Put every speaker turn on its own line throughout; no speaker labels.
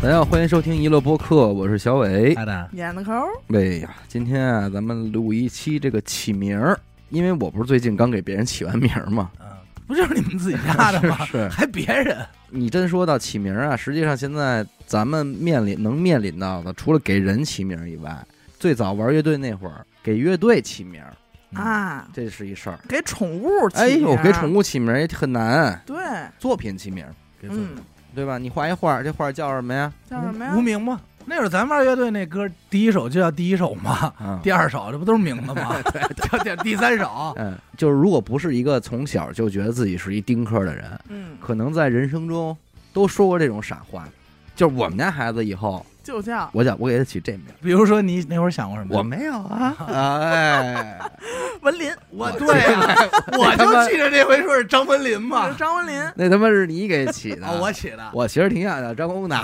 大家好，欢迎收听娱乐播客，我是小伟。
海胆，
演的抠，
哎呀，今天啊，咱们录一期这个起名儿，因为我不是最近刚给别人起完名儿嘛。
嗯，不就是你们自己家的吗？
是是
还别人
你真说到起名儿啊，实际上现在咱们面临能面临到的，除了给人起名儿以外，最早玩乐队那会儿给乐队起名儿，
啊，
这是一事儿。
给宠物起
嗯哎呦，给宠
物
物起名儿也很难，
对，
作品起名儿，
给自己
嗯，
对吧？你画一画，这画叫什么呀？
叫什么呀
无？名吗？那会儿咱玩乐队那歌，第一首就叫第一首嘛，
啊、
第二首这不都是名字吗？叫叫第三首，
嗯，就是如果不是一个从小就觉得自己是一丁克的人，
嗯，
可能在人生中都说过这种傻话，就是我们家孩子以后，
就叫
我叫我给他起这名儿，
比如说你那会儿想过什么？
我没有啊，哎，
文林，
我对啊，我就记着这回说是张文林嘛
这是，张文林，
那他妈是你给起的，
啊，我起的，
我其实挺想叫张工的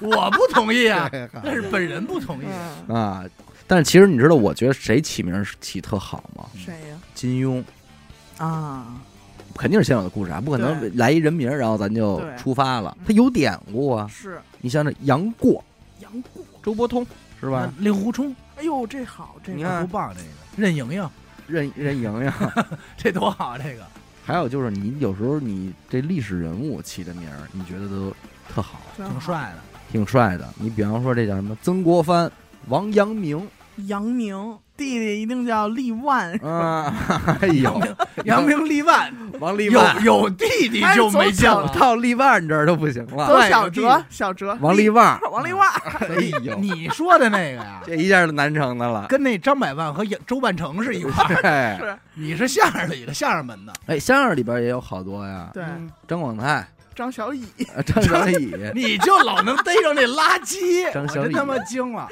我不同意 啊，但是本人不同意。
嗯，
啊，但是其实你知道，我觉得谁起名儿起特好吗？
谁呀？
金庸。嗯
啊，
肯定是先有的故事啊，不可能
对
来一人名儿，然后咱就
对
出发了
嗯。
他有典故啊，
是
你像这杨过、
杨过，
周伯通是
是
吧？？
令狐冲
哎呦，这好，这
你
个
看
不棒，这个任盈盈
任任盈盈，
这多好，这个
还有就是你有时候你这历史人物起的名儿，你觉得都特好，
真好
挺，帅的。
挺帅的。你比方说这叫什么曾国藩、王阳明
杨明弟弟一定叫立万，
啊， 哎呦，
扬名立万，
王立
有
万
有弟弟就没见
哎
了
走。
到立万这儿都不行了，
走
外
小
个弟
哲，小哲，
王立万，
王立万，
哎呦，
你说的那个呀，
这一下就难成的了。
跟那张百万和周半成是一块儿。
哎
是
你是相声里的相声门的，
哎，相声里边也有好多呀，
对，
嗯
张广泰、
张小乙，
呃张 小乙、
你就老能逮上那垃圾，
张
我
小
真
李
他妈惊了。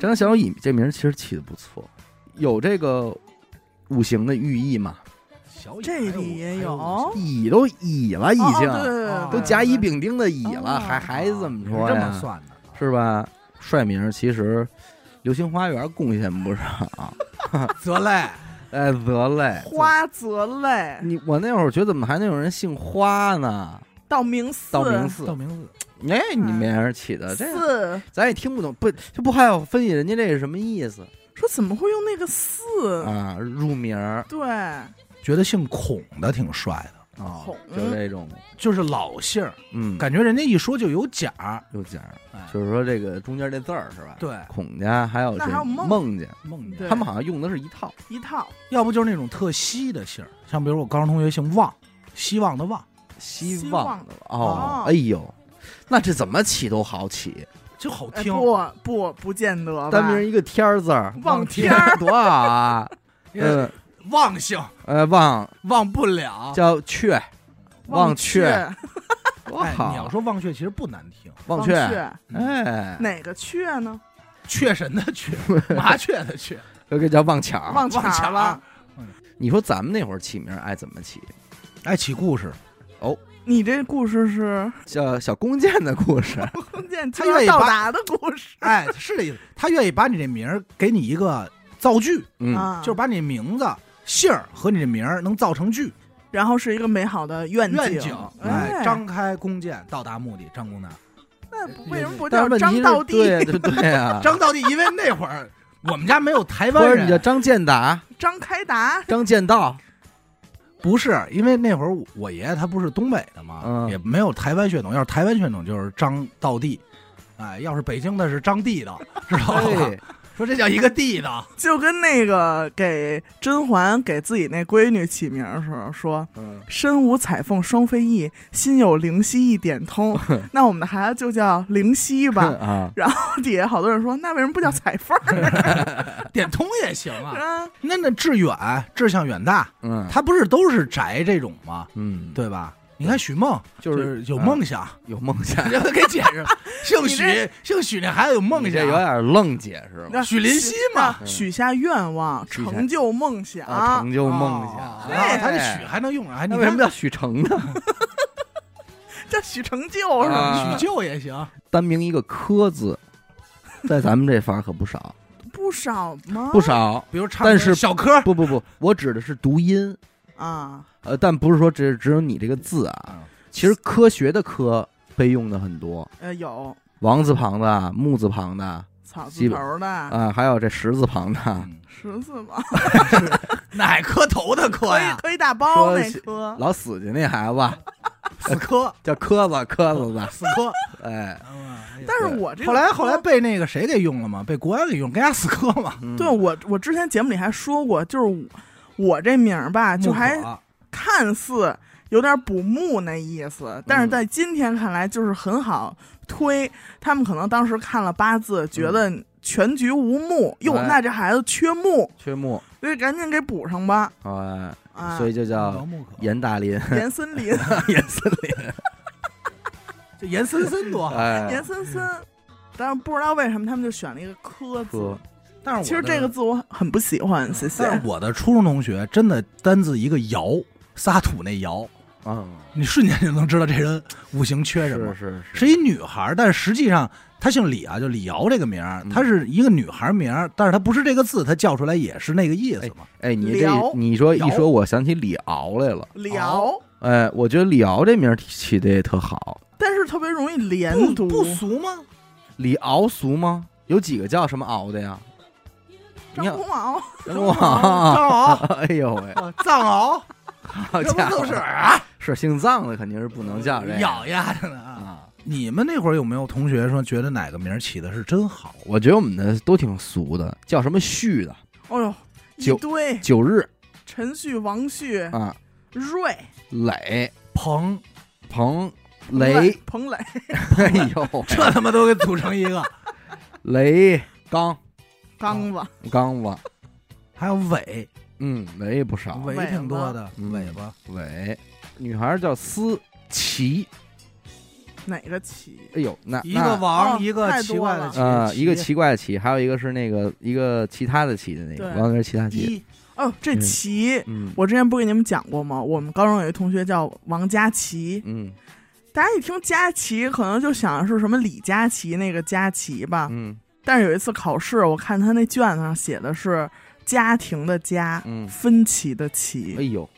张小乙这名儿其实起的不错，有这个五行的寓意嘛，
小
这里也有，
乙都乙了，已经、
哦哦对对对对
都甲乙丙丁的乙了，
哦
还还怎么说
啊这
呀？
么算的，
是吧？帅名儿其实《流星花园》贡献不少。
泽 嘞，
哎，得嘞，
花泽类
你我那会儿觉得怎么还能有人姓花呢？
道明寺，
道明寺
道，明寺
哎，你没人起的，这
寺，
咱也听不懂，不就不还要分析人家这是什么意思
说怎么会用那个寺？
啊？入名儿
对，
觉得姓孔的挺帅的，
啊
孔，
就这种，
就是老姓儿，
嗯，
感觉人家一说就有假儿。
有讲儿，
哎
就是说这个中间这字儿是吧？，
对，
孔家还有
那
这
还有孟
孟家，
梦见
对
他们好像用的是一套。
一套
要不就是那种特西的姓儿，像比如我高中同学姓望，希望的望，
希
希
望
望
的
的
哦
哦，
哎呦，那这怎么起都好起，
就好
哎
听。
不不不见得吧，
单名一个天儿字儿，
望
天
天
儿
儿，
多好啊！
呃，
嗯
忘性
呃，忘
忘不了。
叫雀，忘却
却，
多
哎，你要
好，
说忘却，其实不难听，
忘
却，
却，哎，
哪个却呢？
雀神的雀，麻雀的 雀，
有个叫忘巧。
忘
忘
儿
抢
了。
你说咱们那会儿起名儿爱怎么起？
爱起故事，
你这故事是
叫小弓箭的故事，
封建
他
就
愿
要
意
到
把
达的故事
哎，是这意思。他愿意把你这名儿给你一个造句，
嗯，
啊，
就是把你名字、姓儿和你这名儿能造成句
然后是一个美好的愿
愿景
景。，
哎，啊
哎，
张开弓箭到达目的，张弓南，
那不为什么不
但
叫
是问题
张
是
道，地、
对对对啊，
张到地，因为那会儿我们家没有台
不
湾
是你叫
人，
张建达、
张开达？
张建道，
不是因为那会儿我我爷爷他不是东北的嘛，
嗯
也没有台湾血统，要是台湾血统就是张到地。哎，要是北京的是张地 道，知道吧？
对，
说这叫一个地道，
就跟那个给甄嬛给自己那闺女起名的时候说。
嗯，
身无彩凤双飞翼，心有灵犀一 点通。那我们的孩子就叫灵犀吧。
啊，
底下好多人说，那为什么不叫 彩凤 儿
点通也行啊。
啊？
那那致远、志向远大，
嗯
他不是都是宅这种吗？
嗯，，
对吧？你看许梦
就是嗯
有
啊
梦想，
有梦想，
让 他给解 释。姓许，姓许那孩子有梦
你这
想
有，点愣解释了
那
许林
许
希嘛，
嗯
许下愿望，
许下
成就梦想。
啊，成就梦
哦
想。哎
然后他这许还能用上，还
那
你
啊为什么叫
看
许成呢？
叫许成就
叫
是吧？
啊
许舅也行，
单名一个科 字，在咱们这行可不少，
不少吗？
不少。
比如唱
但
歌
是
小柯，
不不不，我指的是读音，
啊，
呃，但不是说只只有你这个字啊。
啊
其实科学的科被用的很多，
呃，有
王字旁的、木字旁的
草字
基本
头的，
啊，还有这石字旁的。
嗯
十字嘛，
哪磕头的磕
可以
呀？
可以打包
说
那
起
颗，
老死去那孩子
死磕
叫磕子，呃磕子的，
死 磕。嗯
哎，
但是我这个
后来后来
磕
被那个谁给用了嘛？被国安给用，跟人家死磕 嘛。
嗯
对我，我之前节目里还说过，就是我我这名儿吧，就
啊
还
木可
看似有点补木那意思，但是在今天看来就是很好推。他们可能当时看了八字，觉得全局无木，哟，
哎
那这孩子缺木，
缺木，
所以赶紧给补上吧。
哎，
啊，
所以就
木
叫
可木可
严大林，
严森林，
严森林，
这严森森多好。
哎
严，森森，但是不知道为什么他们就选了一个科字
磕。
但是我
其实
的
这个字我很不喜欢，谢谢。
但是我的初中同学真的单字一个尧，撒土那尧，
嗯，
你瞬间就能知道这人五行缺什
是
么。
是
是一女孩，但是实际上她姓李啊，就李瑶这个名儿
嗯，
她是一个女孩名儿，但是她不是这个字，她叫出来也是那个意思嘛。
哎，你
辽
这你说
辽
一说，我想起李敖来了。
聊，
哎，我觉得李敖这名儿起的也特好。
但是特别容易
哎
连
不
读，
不俗吗？
李敖俗吗？有几个叫什么敖的呀？
张
你看
红敖，
哇！
藏獒，
哎呦喂，
藏獒，
好
这
家
不
伙
都是啊？
是姓藏的，肯定是不能叫这个
咬牙的呢啊！
啊。
你们那会儿有没有同学说觉得哪个名儿起的是真好？
我觉得我们的都挺俗的，叫什么旭的、
哦呦，一
九
堆
九日
陈旭、王旭、
啊、
瑞、
磊、
鹏，
彭、雷，
彭磊、
哎呦，
这他妈都给组成一个，
雷刚哦
刚子、
刚子，
还有尾，
嗯，雷不少，
尾
尾
挺多的，
嗯
尾巴。
伟，女孩儿叫思琪，
哪个齐？
哎呦，那
一个
哦
王，一个
太
奇怪的
多
奇，
啊、一个
奇
奇怪的奇，还有一个是那个一个其他的奇的那个，
对
王源其他奇，
一
哦，这齐，
嗯
我之前不给你们讲过吗？我们高中有一同学叫王佳琪，
嗯
大家一听佳琪，可能就想是什么李佳琦那个佳琪吧。
嗯
但是有一次考试，我看他那卷子上写的是家庭的家，
嗯，
分歧的
哎
歧。
呦，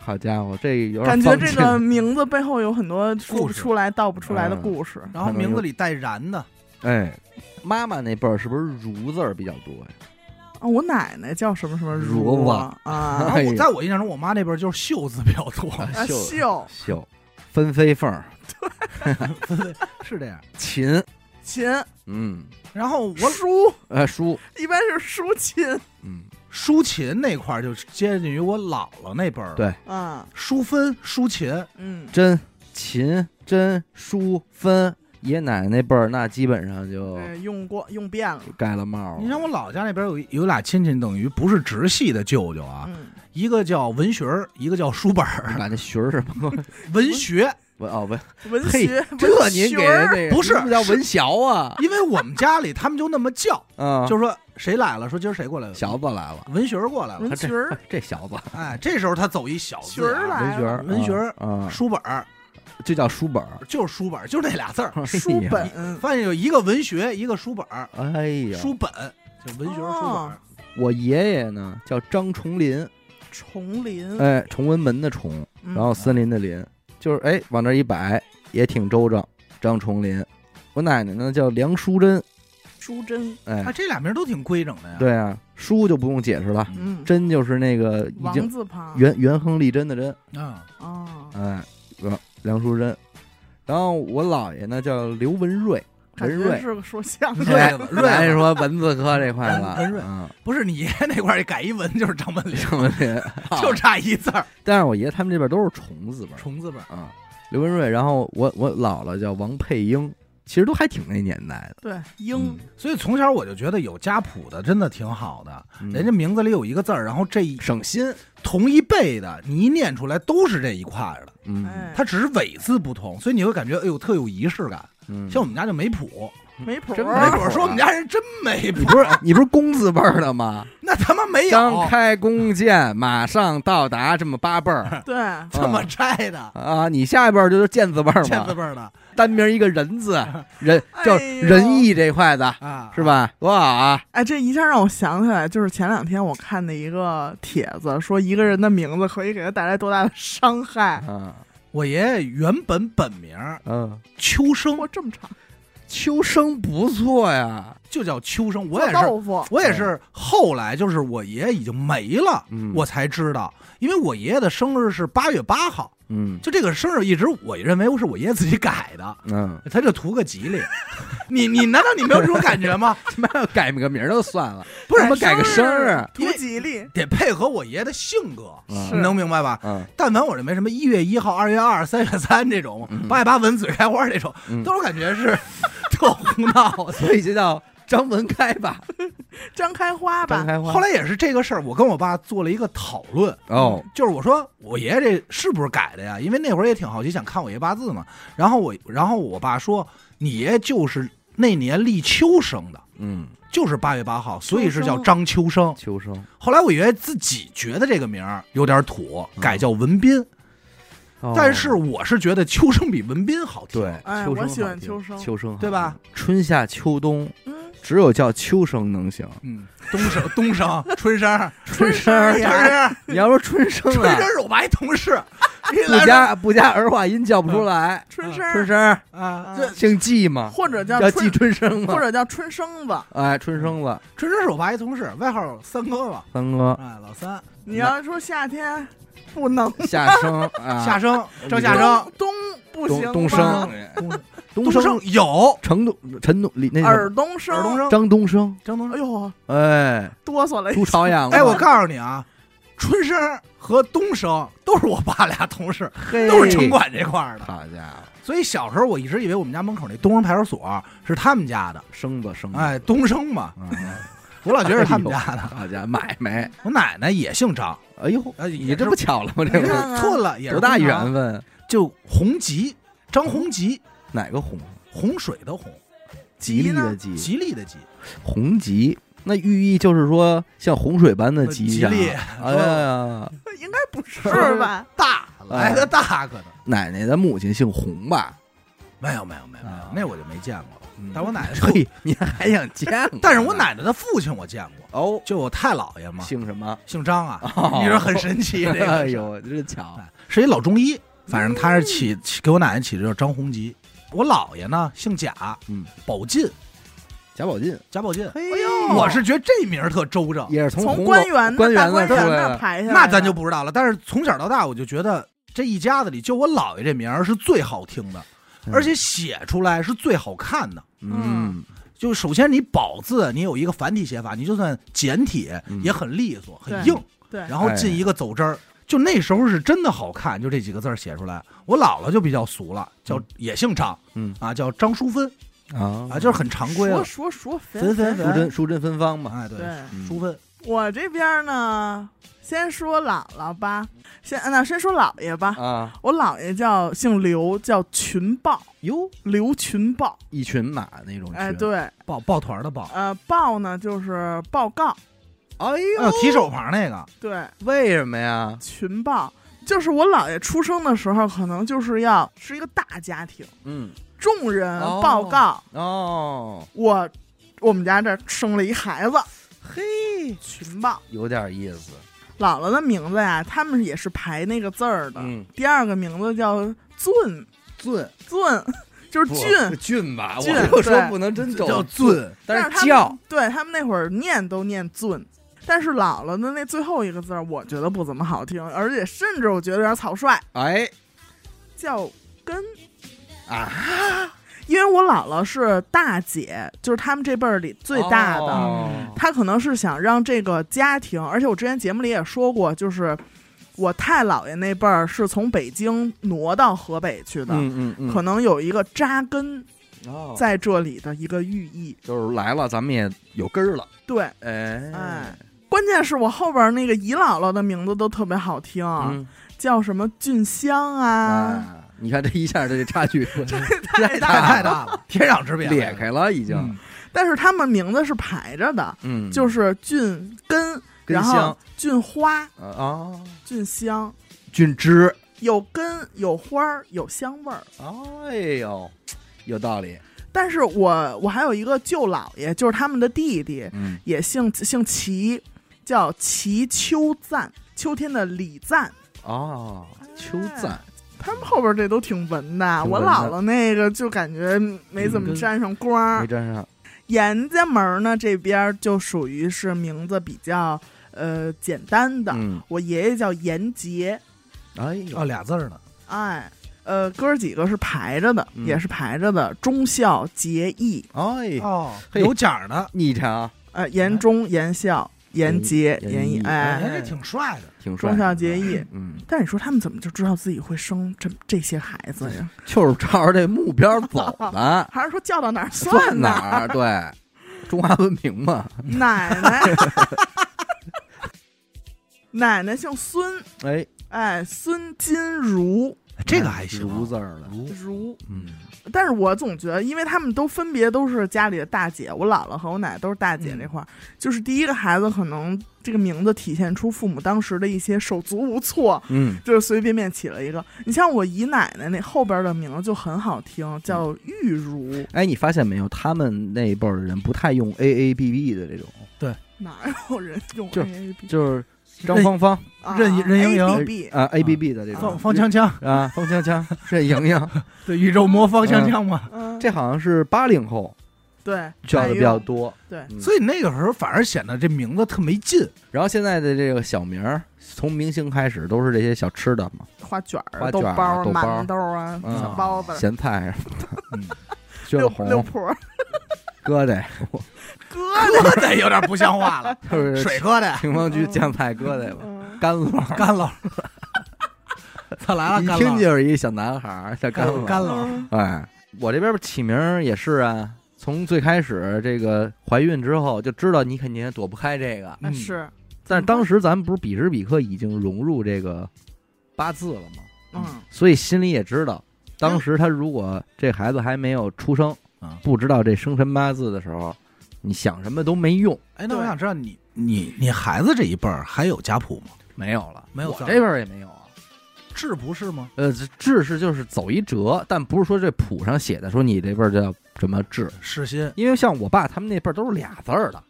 好家伙，这有点
感觉
放
这
进
个名字背后有很多说
故
不
事
出来、道不出来的
嗯
故事。
然后名字里带“然”的，
哎，妈妈那辈儿是不是如字儿比较多呀？
啊，我奶奶叫什么什么
如
啊
啊
然
啊，
后我在我印象中，我妈那边就是“秀”字比较多，
哎
啊
秀
秀
秀，分飞凤儿，
是这样。
琴，
琴
嗯，
然后我
书
呃，叔，
一般是书琴
嗯，
舒琴那块儿就接近于我姥姥那辈儿，
对哦
啊，
淑芬、舒琴，
嗯，
真琴真叔分，爷爷奶奶那辈儿那基本上就
对，呃用过用 遍了，
盖了帽儿了。
你像我老家那边有一有俩亲戚，等于不是直系的舅舅啊，
嗯，
一个叫文学儿，一个叫书本儿。
把那寻儿什么？
文学，
文哦文，
文
嘿
学，
这您给人
的
那
不是
这叫文小啊？
因为我们家里他们就那么叫，
啊，
就是说谁来了，说今儿谁过来了，
小子来了，
文学儿过来了，
文学 儿
这小子
哎，这时候他走一小
学
字
儿
啊，
文
来
学
了，
儿
文学儿
啊，
书本儿
啊就叫书本儿。
就是书本儿，就那俩字儿。
书
哎呀
本
发现有一个文学，一个书本儿，
哎呀，
书本就文学儿书本儿
哦。
我爷爷呢叫张崇林，
丛林，
哎，崇文门的崇，
嗯
然后森林的林，就是哎往那儿一摆也挺周正。张崇林，我奶奶呢叫梁淑珍，
书贞，
哎，
哎，
这俩名儿都挺规整的呀。
对啊，淑就不用解释了，
嗯，
珍就是那个已
王
经
字旁，
元元亨利贞的贞，
啊，
啊，
哎，梁梁淑珍。然后我姥爷呢叫刘文瑞，
感
文
觉
瑞。
是个说相声
瑞
的，
哎
文瑞
咱说文字科这块了，
文文瑞
嗯，
不是你爷爷那块儿改一文就是张文林，
张文林，
就差一字儿，
但是我爷他们这边都是啊虫字辈儿
虫字辈儿。
啊，刘文瑞，然后我我姥姥叫王佩英，其实都还挺那年代的，嗯
对，鹰，
所以从小我就觉得有家谱的真的挺好的，
嗯
人家名字里有一个字儿，然后这一
省心，
同一辈的，你一念出来都是这一块儿的，
嗯
哎，
它只是尾字不同，所以你会感觉哎呦特有仪式感。
嗯，
像我们家就没谱，
没谱
真
儿，
没
没
谱
谱
啊
说我们家人真没
你
谱，
不是你不是工字辈儿的吗？
那他妈 没
嗯刚
有
开弓箭，马上到达，这么八辈 儿
对，
这么摘的，
啊！你下一辈儿嗯就是见字辈儿
签字
嘛，
辈儿的
单名一个人字，人
哎
叫
呦
仁义这块的，
啊，
是？吧？多好啊！
哎，这一下让我想起来，就是前两天我看的一个帖子，说一个人的名字可以给他带来多大的伤害。
嗯，
我爷爷原本本名
嗯，
秋生，
我这么长，
秋生不错呀，
就叫秋
哦
生。我
做
也是，
豆腐，
我也是后来就是我爷爷已经没了，
嗯，
我才知道，因为我爷爷的生日是八月八号，
嗯
就这个生日一直我认为是我爷爷自己改的，
嗯，
他就图个吉利。你你难道你没有这种感觉吗？
他妈要 改个名儿就算了，
不
他
是
妈改个啊生日，
图吉利，
得配合我爷爷的性格，
嗯
是
你能明白吧？
嗯
但凡我认为什么一月一号、二月二、三月三这种
嗯
八月八吻嘴开花这种，
嗯
都是感觉 是特胡闹的。
哦所以就叫张文开吧，
张开花
张
吧，
开花。
后来也是这个事儿，我跟我爸做了一个讨论，嗯
哦，
就是我说我爷爷这是不是改的呀？因为那会儿也挺好奇，想看我爷八字嘛。然后我，然后我爸说，你爷就是那年立秋生的，
嗯，
就是八月八号，所以是叫
秋生
张秋生。
秋生
后来我爷爷自己觉得这个名儿有点土，
嗯
改叫文斌。
哦
但是我是觉得秋生比文斌好听。
对，
哎
秋生
我喜欢
好听
秋生
秋生好
对吧
听？春夏秋冬，
嗯，
只有叫秋生能行。
嗯，东升、东升、春 生、
春生
生
儿
春
呀
生、
你要说春生
春
啊
生，是我爸一同事，一
不
来说
加不加儿化音叫不出来。
哎春
啊
生
嗯春
儿，
生儿
啊，
嗯
这
姓季吗？
或者叫
叫季
春，
春生吗
或？者叫春生子。
哎，春生子，
春生是我爸一同事，外号三哥嘛，
三 哥，
哎，老三，
你要说夏天不能，
夏生啊，
夏生，张夏
夏
生，啊
冬不
冬
行吧，
冬生东
东升有
成都陈东李那叫
耳东生，
尔东升，
张东升，
张东
哎
升。
呦，
哎，
哆嗦了一
朱朝阳嘛，
哎，我告诉你啊，春生和东升都是我爸俩同 事，
嘿
都是城管这块儿的。
好家伙，
所以小时候我一直以为我们家门口那东升派出所是他们家的，
生子生子，
哎，东升嘛，
啊，
我老觉得是他们家的。
好家伙，买 卖，
我奶奶也姓张，
哎呦，
呃，
你
也
这
是
不巧了吗？这不是
你看看
错了，也是啊
多大
同行
缘分？啊
就洪吉，张洪吉，
哪个红？
洪水的洪，
吉利的
呢
吉，
吉利的吉，
红吉。那寓意就是说，像洪水般的
呃吉
吉祥。
利
哎呀，
应该不是 吧？
大来
哎
个大可能。
奶奶的母亲姓洪吧？
没有没有没有没有
啊，
那我就没见过了。但我 奶奶父，
嘿，你还想见我？
嗯但是我奶奶的父亲我见过，
哦，
就我太姥爷嘛，
姓什 么？
姓张啊
哦，
你说很神奇 这个。
哎，呦，真巧！
哎是一老中医，反正他是起起给我奶奶起的叫张洪吉。我姥爷呢姓贾，
嗯，
宝进，
贾宝钧，
贾宝进。
嘿
哎呦
我是觉得这名儿特周正，
也是从
从
红
官
楼
员
官
大
员那
观
出
园
来
那
的，
排下来的，
那咱就不知道了。但是从小到大，我就觉得这一家子里，就我姥爷这名儿是最好听的，
嗯
而且写出来是最好看的。
嗯，
就首先你宝字，你有一个繁体写法，你就算简体
嗯
也很利索、很
对
硬，
对，
然后进一个走之儿。就那时候是真的好看，就这几个字儿写出来。我姥姥就比较俗了，叫
嗯
也姓张，
嗯
啊，叫张淑芬
嗯
啊
啊，就是很常规了
说。说说分
分分
淑
分
珍，，淑珍芬芳嘛，
哎，对，
对，
嗯
淑芬，
我这边呢，先说姥姥吧，先那先说姥爷吧。
啊，
我姥爷叫姓刘，叫群豹，
哟，
刘群豹。
一群马那种群，
哎，，对，
抱抱团儿的抱，
呃，豹呢就是报告，
哎
哎呦
呦，，
提手旁那个，
对，
为什么呀？
群豹就是我姥爷出生的时候，可能就是要是一个大家庭，
嗯，
众人
哦
报告、
哦，
我，我们家这儿生了一孩子，
嘿，
群豹。
有点意思，
姥姥的名字呀，他们也是排那个字儿的。
嗯，
第二个名字叫俊
俊
俊，就是
不
俊，
俊吧，我
俊
就说
对
不能真走
叫，俊，
但
但
他们
叫
对他们那会儿念都念尊，但是姥姥的那最后一个字儿，我觉得不怎么好听，而且甚至我觉得有点草率，
哎
叫根。
啊，
因为我姥姥是大姐，就是他们这辈儿里最大的，
哦
她可能是想让这个家庭，而且我之前节目里也说过，就是我太姥爷那辈儿是从北京挪到河北去的，
嗯嗯嗯，
可能有一个扎根
哦
在这里的一个寓意。
就是来了，咱们也有根儿了，
对，
哎
哎，关键是我后边那个姨姥姥的名字都特别好听，
嗯
叫什么俊香啊，
啊，你看这一下这差距
太
太
大
太大了，天壤之别了，
裂开了，已经，
嗯
但是他们名字是排着的，
嗯，
就是俊根，
根
然
香
后俊花、
啊啊，
俊香，
菌枝，
有根有花儿有香味儿。
哎呦，有道理，
但是我我还有一个舅姥爷，就是他们的弟弟，
嗯，
也姓姓齐，叫齐秋赞，秋天的李赞。
啊
哎
哦，秋赞，
他们后边这都挺文的，
挺
我
文的
姥姥那个就感觉没怎么沾上光儿
没。沾上，
严家门儿呢这边儿就属于是名字比较呃简单的，
嗯，
我爷爷叫严杰，
哎
哦，
呦，
俩字儿呢，
哎，呃，哥儿几个是排着的，
嗯
也是排着的，忠孝节义，
哎，啊
哦，
嘿
有奖儿呢，
你瞧，
呃，严忠、严孝、严节、
严
严义，
义
哎，这
哎，
挺帅的，
挺帅，
忠孝节义。
嗯，
但你说他们怎么就知道自己会生这这些孩子呀？，
就是照着这目标走的
还是说叫到哪儿
算
哪儿？
哪儿？对，中华文明嘛，
奶奶， 奶奶姓孙，
哎，
哎，孙金如
这个还行啊，
如字儿了，
如
如。
嗯，
但是我总觉得，因为他们都分别都是家里的大姐，我姥姥和我奶奶都是大姐
嗯
那块儿，就是第一个孩子可能这个名字体现出父母当时的一些手足无措，
嗯，
就是随随便便起了一个。你像我姨奶奶那后边的名字就很好听，叫
嗯
玉如，
哎，你发现没有？他们那一辈儿的人不太用 A A B B 的这种，
哪有人用
就
A A B 啊
就是张芳芳
任任盈盈
A B B
啊 A B B 的这种
方方锵锵，
啊，方锵锵，任盈盈，
对，宇宙魔方锵锵嘛。
嗯，
这好像是八零后
对
叫的比较多，
对
嗯
所以那个时候反而显得这名字特没劲，
然后现在的这个小名儿，从明星开始都是这些小吃的嘛，
花卷
花
儿、
卷
豆
儿
包儿、
豆包儿
馒头啊、
嗯
小包子、
咸菜什么的，
嗯
血
六六
红
婆 儿、
疙瘩，
疙瘩，
疙瘩有点不像话 了，
就是
水疙 瘩，
平房区酱菜疙瘩 吧，
嗯
干酪，
干 酪，他来了，
一
干
听
酪，
就是一小男孩儿，小干
干
酪。
干酪，
嗯
哎，我这边儿起名儿也是啊，从最开始这个怀孕之后就知道你肯定躲不开这个，
啊
嗯
是，
但是当时咱们不是彼时彼刻已经融入这个八字了吗？
嗯，
所以心里也知道，当时他如果这孩子还没有出生
嗯，
不知道这生辰八字的时候，你想什么都没用，
哎，那我想知道你你你孩子这一辈儿还有家谱吗？
没有了，
没有
我
字儿
这边儿也没有啊。
志不是吗？
呃，这志是就是走一折，但不是说这谱上写的说你这辈儿叫什么志，
世新，
因为像我爸他们那辈儿都是俩字儿的，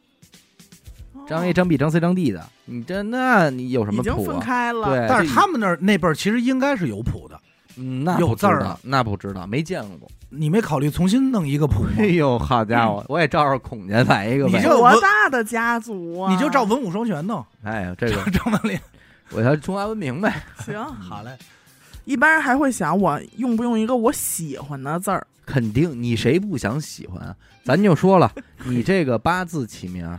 张 A、
哦
张 B、张 C、张 D 的，你这那你有什么
已经
谱
分
啊？
开了，
对，
但
这
是他们那儿那辈儿其实应该是有谱的，
嗯那
有
不
字儿
知道
的
那不知道，没见过。
你没考虑重新弄一个谱吗？
哎呦，好家伙，我也照着孔家来一个
你
呗
就。
多大的家族啊！
你就照文武双全弄，
哎呀，这个
张文林。
我要中华文明呗。
行。
好嘞，
一般人还会想我用不用一个我喜欢的字儿，
肯定你谁不想喜欢啊？咱就说了，你这个八字起名儿，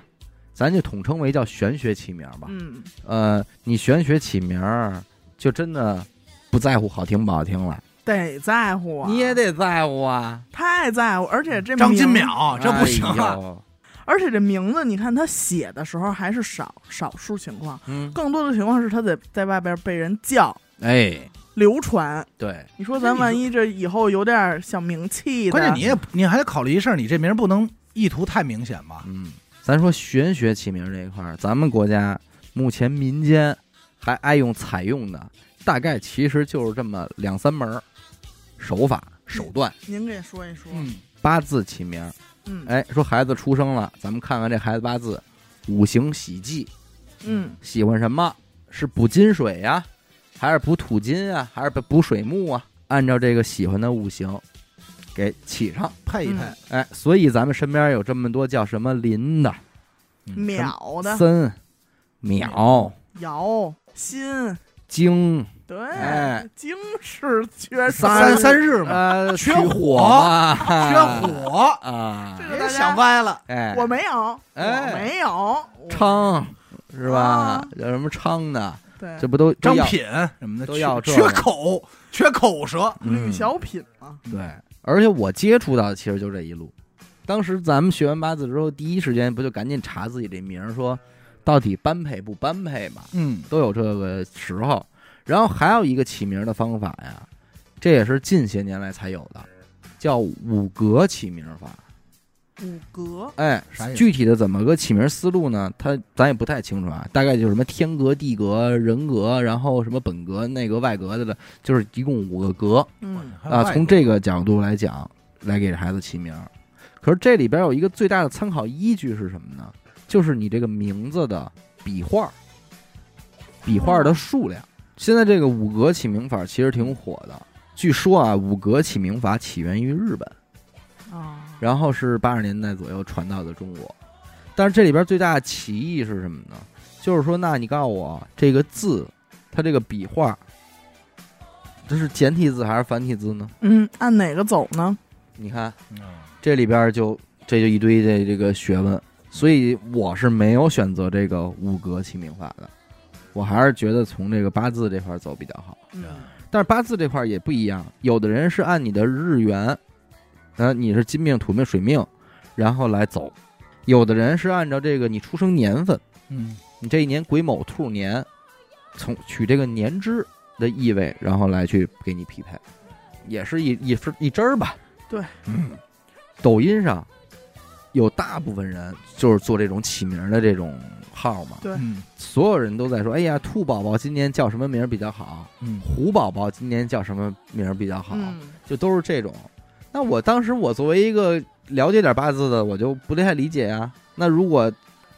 咱就统称为叫玄学起名儿吧。
嗯，
呃，你玄学起名儿，就真的不在乎好听不好听了，
得在乎啊，
你也得在乎啊。
太在乎，而且这
张
名
金，淼这不行
哎
啊！
呦
而且这名字，你看他写的时候还是少少数情况，
嗯，
更多的情况是他在在外边被人叫
哎，
流传。
对，
你说咱万一这以后有点小名气的，
关键你也你还得考虑一事儿，你这名儿不能意图太明显吧？
嗯，咱说玄学起名这一块儿，咱们国家目前民间还爱用采用的，大概其实就是这么两三门儿手法手段。
您给说一说，
嗯，
八字起名儿，
嗯
哎，说孩子出生了，咱们看看这孩子八字，五行喜忌，
嗯
喜欢什么？是补金水呀、还是补土金啊，还是补水木啊？按照这个喜欢的五行给起上。
配一配
嗯，
哎，所以咱们身边有这么多叫什么林的、
秒的
森、淼、
姚心，
经、
对，
哎
精是缺
仨
少
三三日嘛，
呃，
缺
取
火
嘛，
缺火，
啊
这，个大
别
家
想歪了。
哎，
我没有，
哎
我没有，
昌是吧
啊？
叫什么昌的？
对
这，不都
哎张
都要
品什么的
都要
缺
这个
缺口，缺口舌。
吕
嗯
小品嘛，
对，而且我接触到的其实就这一路。当时咱们学完八字之后，第一时间不就赶紧查自己这名儿，说到底般配不般配嘛，
嗯，
都有这个时候。然后还有一个起名的方法呀，这也是近些年来才有的，叫五格起名法。
五格，
哎
啥意，思
具体的怎么个起名思路呢？它咱也不太清楚啊，大概就是什么天格、地格、人格，然后什么本格、内格、外格的了，就是一共五个格。
嗯
啊，从这个角度来讲，来给孩子起名儿。可是这里边有一个最大的参考依据是什么呢？就是你这个名字的笔画儿，笔画儿的数量。现在这个五格起名法其实挺火的，据说啊，五格起名法起源于日本，
哦，
然后是八十年代左右传到的中国。但是这里边最大的歧义是什么呢？就是说，那你告诉我这个字，它这个笔画，这是简体字还是繁体字呢？
嗯，按哪个走呢？
你看
嗯
这里边就这就一堆的这个学问，所以我是没有选择这个五格起名法的，我还是觉得从这个八字这块儿走比较好。
嗯
但是八字这块儿也不一样，有的人是按你的日元，呃，你是金命、土命、水命，然后来走；有的人是按照这个你出生年份，
嗯，
你这一年癸卯兔年，从取这个年支的意味，然后来去给你匹配，也是一一分一支儿吧。
对，
嗯，抖音上有大部分人就是做这种起名儿的这种号嘛，
对
嗯
所有人都在说，哎呀，兔宝宝今年叫什么名儿比较好？
嗯
虎宝宝今年叫什么名儿比较好？
嗯
就都是这种。那我当时我作为一个了解点八字的，我就不太理解啊。那如果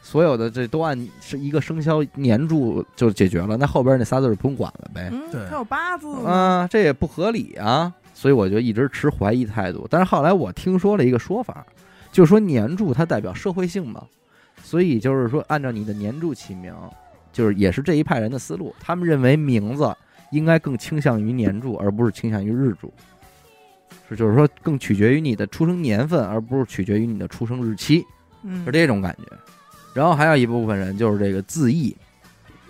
所有的这都按是一个生肖年柱就解决了，那后边那仨字儿不用管了呗？
嗯，
对
它有八字呢。
啊，这也不合理啊。所以我就一直持怀疑态度。但是后来我听说了一个说法，就是说年柱它代表社会性嘛，所以就是说按照你的年柱起名，就是也是这一派人的思路，他们认为名字应该更倾向于年柱，而不是倾向于日柱。是，就是说更取决于你的出生年份，而不是取决于你的出生日期，
嗯
是这种感觉。然后还有一部分人就是这个字义，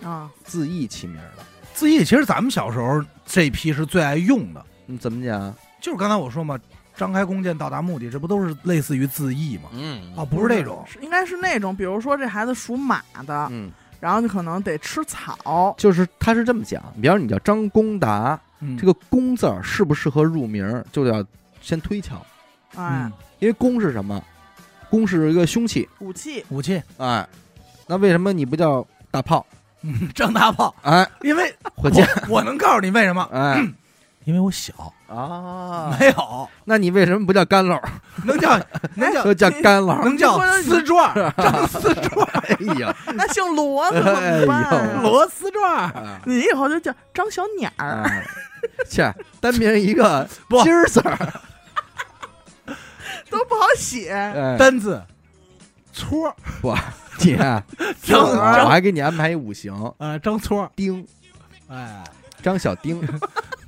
啊，
字义起名的，
字义其实咱们小时候这一批是最爱用的，
嗯，怎么讲？
就是刚才我说嘛，张开弓箭到达目的，这不都是类似于字义吗？
嗯
哦，不是这种，
是应该是那种，比如说这孩子属马的，
嗯，
然后你可能得吃草。
就是他是这么讲，比方说你叫张公达，这
个
个“公”字儿适不适合入名儿，就要先推敲，
嗯
哎，
因为“公”是什么？“公”是一个凶器，
武器
武器，
哎，那为什么你不叫大炮？
嗯， 张大炮，
哎，
因为
火 箭，
我我能告诉你为什么，
哎
因为我小，
啊，
没有
那你为什么不叫干 老？
能叫能叫
就叫干老？
能叫丝转儿，张丝转儿，
哎呀，
那姓罗的怎么办
哎
啊、
呦
螺丝转儿，
哎
你以后就叫张小鸟儿，
哎切，单名一个
不
今儿字儿，
都不好写。
哎
单字搓儿，
你啊，
张哎
我还给你安排一五行，
呃张搓儿，
丁，
哎，
张小 丁，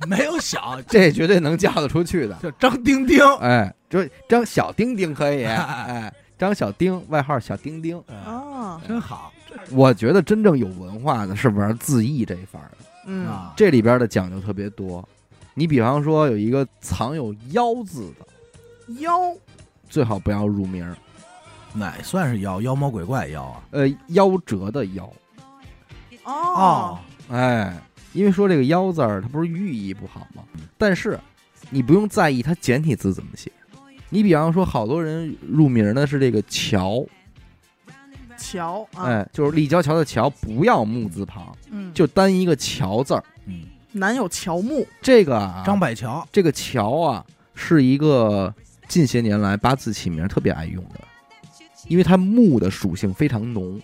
没有小，
这绝对能叫得出去的。
就张丁 丁，
哎，就是张小丁丁可以，
哎
哎，张小丁，外号小丁丁。
哎
哦，
真好
我觉得真正有文化的是玩字义这一番儿的，
嗯，
啊，
这里边的讲究特别多。你比方说有一个藏有“妖”字的，
妖
最好不要入名儿。
哪算是妖妖魔鬼怪妖啊？
呃，夭折的“夭
哦，”，
啊
哎，因为说这个“夭”字儿，它不是寓意不好吗？但是你不用在意它简体字怎么写。你比方说，好多人入名的是这个“乔
桥”，啊，
哎，就是立交桥的“桥”，不要木字旁，
嗯，
就单一个“乔”字儿。
嗯，
南有乔木，
这个啊，
张百桥，
这个乔啊，是一个近些年来八字起名特别爱用的，因为它木的属性非常浓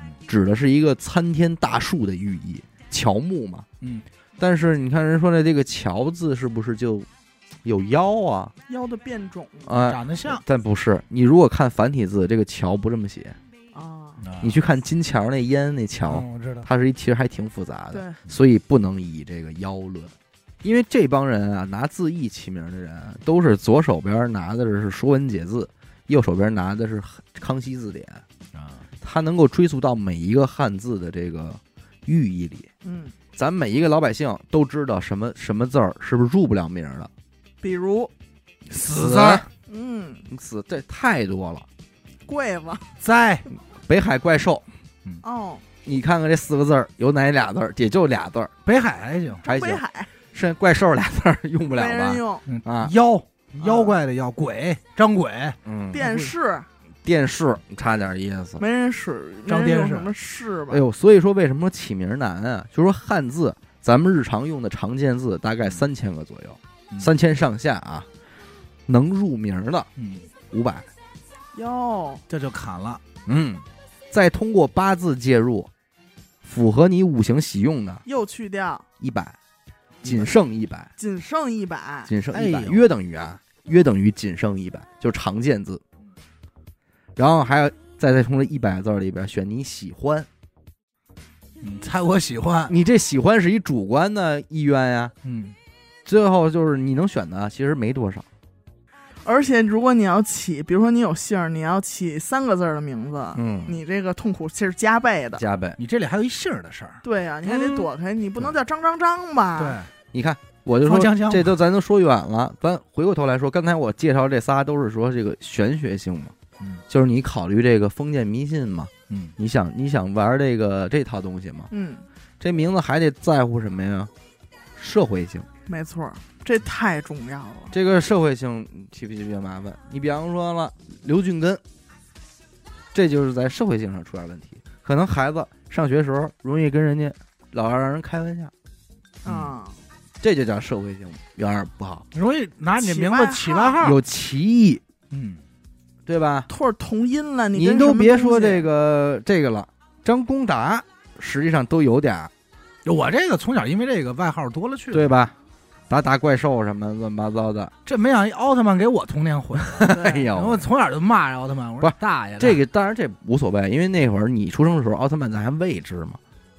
嗯，
指的是一个参天大树的寓意，乔木嘛。
嗯，
但是你看人说的这个乔字是不是就有妖啊？
妖的变种
哎，
长得像，
但不是，你如果看繁体字，这个乔不这么写，
啊，
嗯
你去看金桥那烟那桥，
嗯我知道，
它是一其实还挺复杂的。
对，
所以不能以这个妖论，因为这帮人啊，拿字义起名的人啊都是左手边拿的是《说文解字》，右手边拿的是《康熙字典》，
啊，
它能够追溯到每一个汉字的这个寓意里。
嗯，
咱每一个老百姓都知道什么什么字儿是不是入不了名儿的，
比如，
死字儿
嗯，
死这太多了。
桂子，
在
北海怪兽，
哦，
你看看这四个字儿有哪俩字儿？也就俩字儿，
北海还行，
还
北
行。
海
剩怪兽俩字儿 用不
没
了
人
吧？
用，
嗯
啊
妖妖怪的妖，鬼张鬼，
嗯，
电视
电视差点意思。
没人使，没
张
人
电
用
视
什么士吧
哎？呦，所以说为什么说起名难啊？就说汉字，咱们日常用的常见字大概三千个左右，
嗯
三千上下啊，能入名的
嗯，
五百。
哟，
这就砍了，
嗯，再通过八字介入，符合你五行喜用的，
又去掉，
一百，仅剩一百，
仅剩一百，
仅剩
哎
一百，
呦
约等于啊，约等于仅剩一百，就是常见字。然后还要再再从这一百字儿里边选你喜欢，
你嗯猜我喜欢，
你这喜欢是一主观的意愿呀。
嗯，
最后就是你能选的其实没多少，
而且如果你要起，比如说你有姓儿，你要起三个字儿的名字，
嗯，
你这个痛苦是加倍的。
加倍。
你这里还有一姓儿的事儿，
对呀、啊你还得
嗯
躲开，你不能叫张张张吧？，
对，
你看，我就说
黄江江
这都咱都说远了，咱回过头来说，刚才我介绍这仨都是说这个玄学性嘛，
嗯
就是你考虑这个封建迷信嘛，
嗯，
你想你想玩这个这套东西嘛，
嗯，
这名字还得在乎什么呀？社会性，
没错儿，这太重要了。
这个社会性提不提比较麻烦？你比方说了刘俊根，这就是在社会性上出点问题，可能孩子上学时候容易跟人家老让人开玩笑，
嗯
啊、
这就叫社会性有点不好，
容易拿你的名字
起
起
外
外号，
有歧义，
嗯，
对吧？
或者同音了，你
您
跟
都
什么
别
东
说
西啊
这个这个了，张公达实际上都有点儿，
我这个从小因为这个外号多了去了，
对吧？打打怪兽什么乱七八糟的，
这没想到奥特曼给我童年毁了，
对
哎
我
呦，
从小就骂人奥特曼，我
不
说
是
大爷的，
这个当然这无所谓，因为那会儿你出生的时候，奥特曼咱还未知嘛，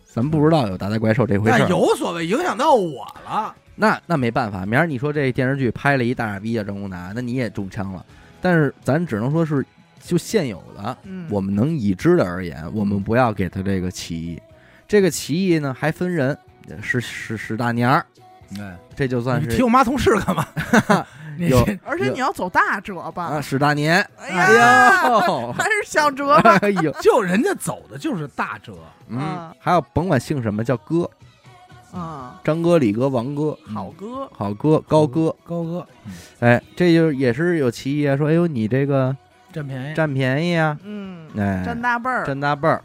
咱不知道有打打怪兽这回事
但
哎
儿。
有所谓影响到我了，
那那没办法，明儿你说这电视剧拍了一大傻逼叫张公达，那你也中枪了。但是咱只能说是就现有的，
嗯，
我们能已知的而言，我们不要给他这个歧义。这个歧义呢，还分人，是是是大娘儿，
对，
这就算
你
是
提我妈同事 干嘛？你
有
而且
有
你要走大折吧，
啊，史大年，
哎
哎
呀，
呦，
还是小折 吧，
哎呦，
就人家走的就是大折，
嗯
啊，
还有甭管姓什么叫哥，
啊，
张哥、李哥、王哥、
好哥，
好哥、高哥，
嗯高哥
哎，这就是也是有歧义啊，说哎呦你这个
占便宜，
占便宜啊，
嗯，
哎，
占大辈儿，
占大辈儿，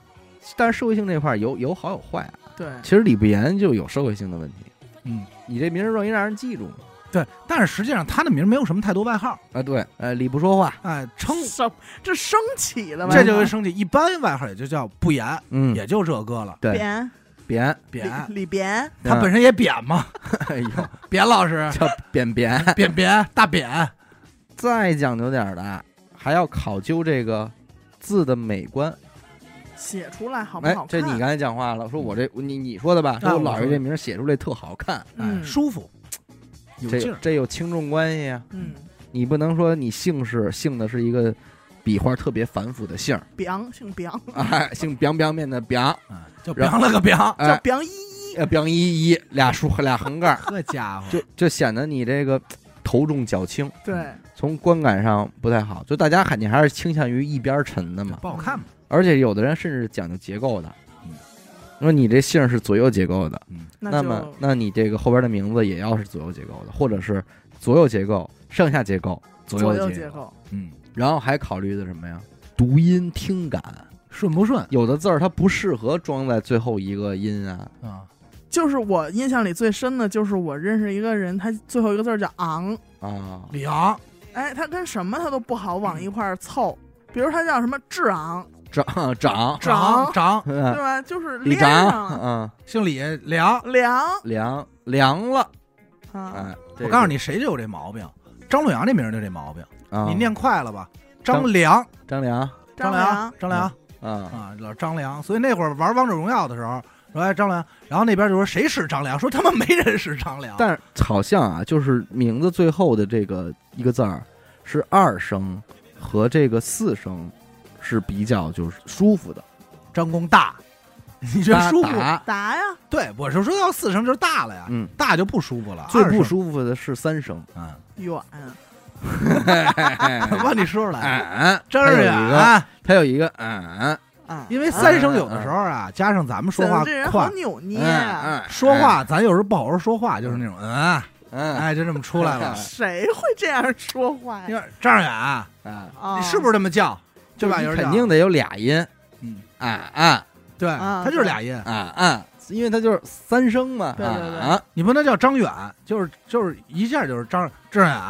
但是社会性这块儿有有好有坏啊，
对，
其实李不言就有社会性的问题，
嗯，
你这名儿容易让人记住嘛
对，但是实际上他的名没有什么太多外号，
啊，对，呃，李不说话，
哎，称
什这升起的吧，
这就是生气。一般外号也就叫不严，
嗯，
也就这哥了，
对，
扁
扁，
扁，
李李扁，
他本身也扁嘛，
哎呦，
扁 老师，
叫扁扁，
扁扁大扁，哎
再讲究点儿的，啊还要考究这个字的美观。
写出来好不
哎
好看？，
这你刚才讲话了，说我这你你说的吧，说
啊
我
我
姥爷
说
这
的
名儿写出来特好看，
哎，
嗯
舒服，有劲
这
儿，
这有轻重关系啊。
嗯，
你不能说你姓氏姓的是一个笔画特别繁复的姓儿，
扁姓扁，
哎，姓表表面的表，
哎就扁了个扁，
叫
哎，
扁一一，
呃表一一俩竖俩横杠儿，
这家伙
就就显得你这个头重脚轻，
对，
从观感上不太好。就大家肯定还是倾向于一边儿沉的嘛，
不好看嘛，
而且有的人甚至讲究结构的
嗯。
说你这姓儿是左右结构的，那么
就，
那你这个后边的名字也要是左右结构的，或者是左右结构、上下结构、左
左
右
右
结
结构，
嗯，
然后还考虑的什么呀？读音、听感，
顺不顺
有的字儿它不适合装在最后一个音啊。
啊？
就是我印象里最深的就是我认识一个人，他最后一个字儿叫昂，
啊，
李昂，
哎，他跟什么他都不好
嗯
往一块儿凑，比如他叫什么智昂，
长啊长，
长
长，
对
嗯
吧？就是
李
连
长，
上了
嗯，
姓李，梁。
梁
凉凉了，
啊，
哎，
我告诉你，谁就有这毛病，张洛阳这名儿就这毛病，
这个，啊
你念快了吧？
张
张良，
张良
张
良
良，，
张良
啊，
啊，老张良。所以那会儿玩王者荣耀的时候，说哎张良，然后那边就说谁是张良，说他妈没人是张良。
但是好像啊，就是名字最后的这个一个字儿是二声和这个四声是比较就是舒服的。
张 公大，你觉得舒服？
达
达呀，
对，我是说要四声就是大了呀，
嗯，
大就不舒服了，
最
二
不
声。
舒服的是三声。
嗯，
远，
我帮你说出来，
俺，
真
哎它有
是
一个，
呀。啊
它啊有一个俺，
啊，
因为三声有的时候啊，加上咱们说话
这人好
快，
扭捏，
嗯
说话咱有时候不好好说话，就是那种嗯，
嗯
哎，就这么出来了。
谁会这样说话
你
呀？
看张远，
嗯，
啊，
你是不是这么叫？对吧？有人
肯
叫
定，得有俩音，啊
嗯，
俺俺
对，
啊
他就是俩音，
俺俺，啊因为它就是三声嘛。
对对对
啊，
你不能叫张远，就是就是一下就是张张远，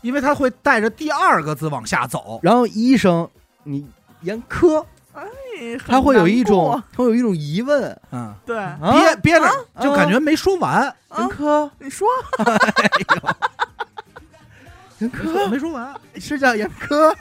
因为他会带着第二个字往下走，
然后一声你言科，
哎以很
他会有一
难
种
过，
他会有一种疑问，
嗯，
对，
啊
憋憋着
啊
就感觉没说完，
文科，
你说
哎文
没说
啊
科
没说完，
是叫严科，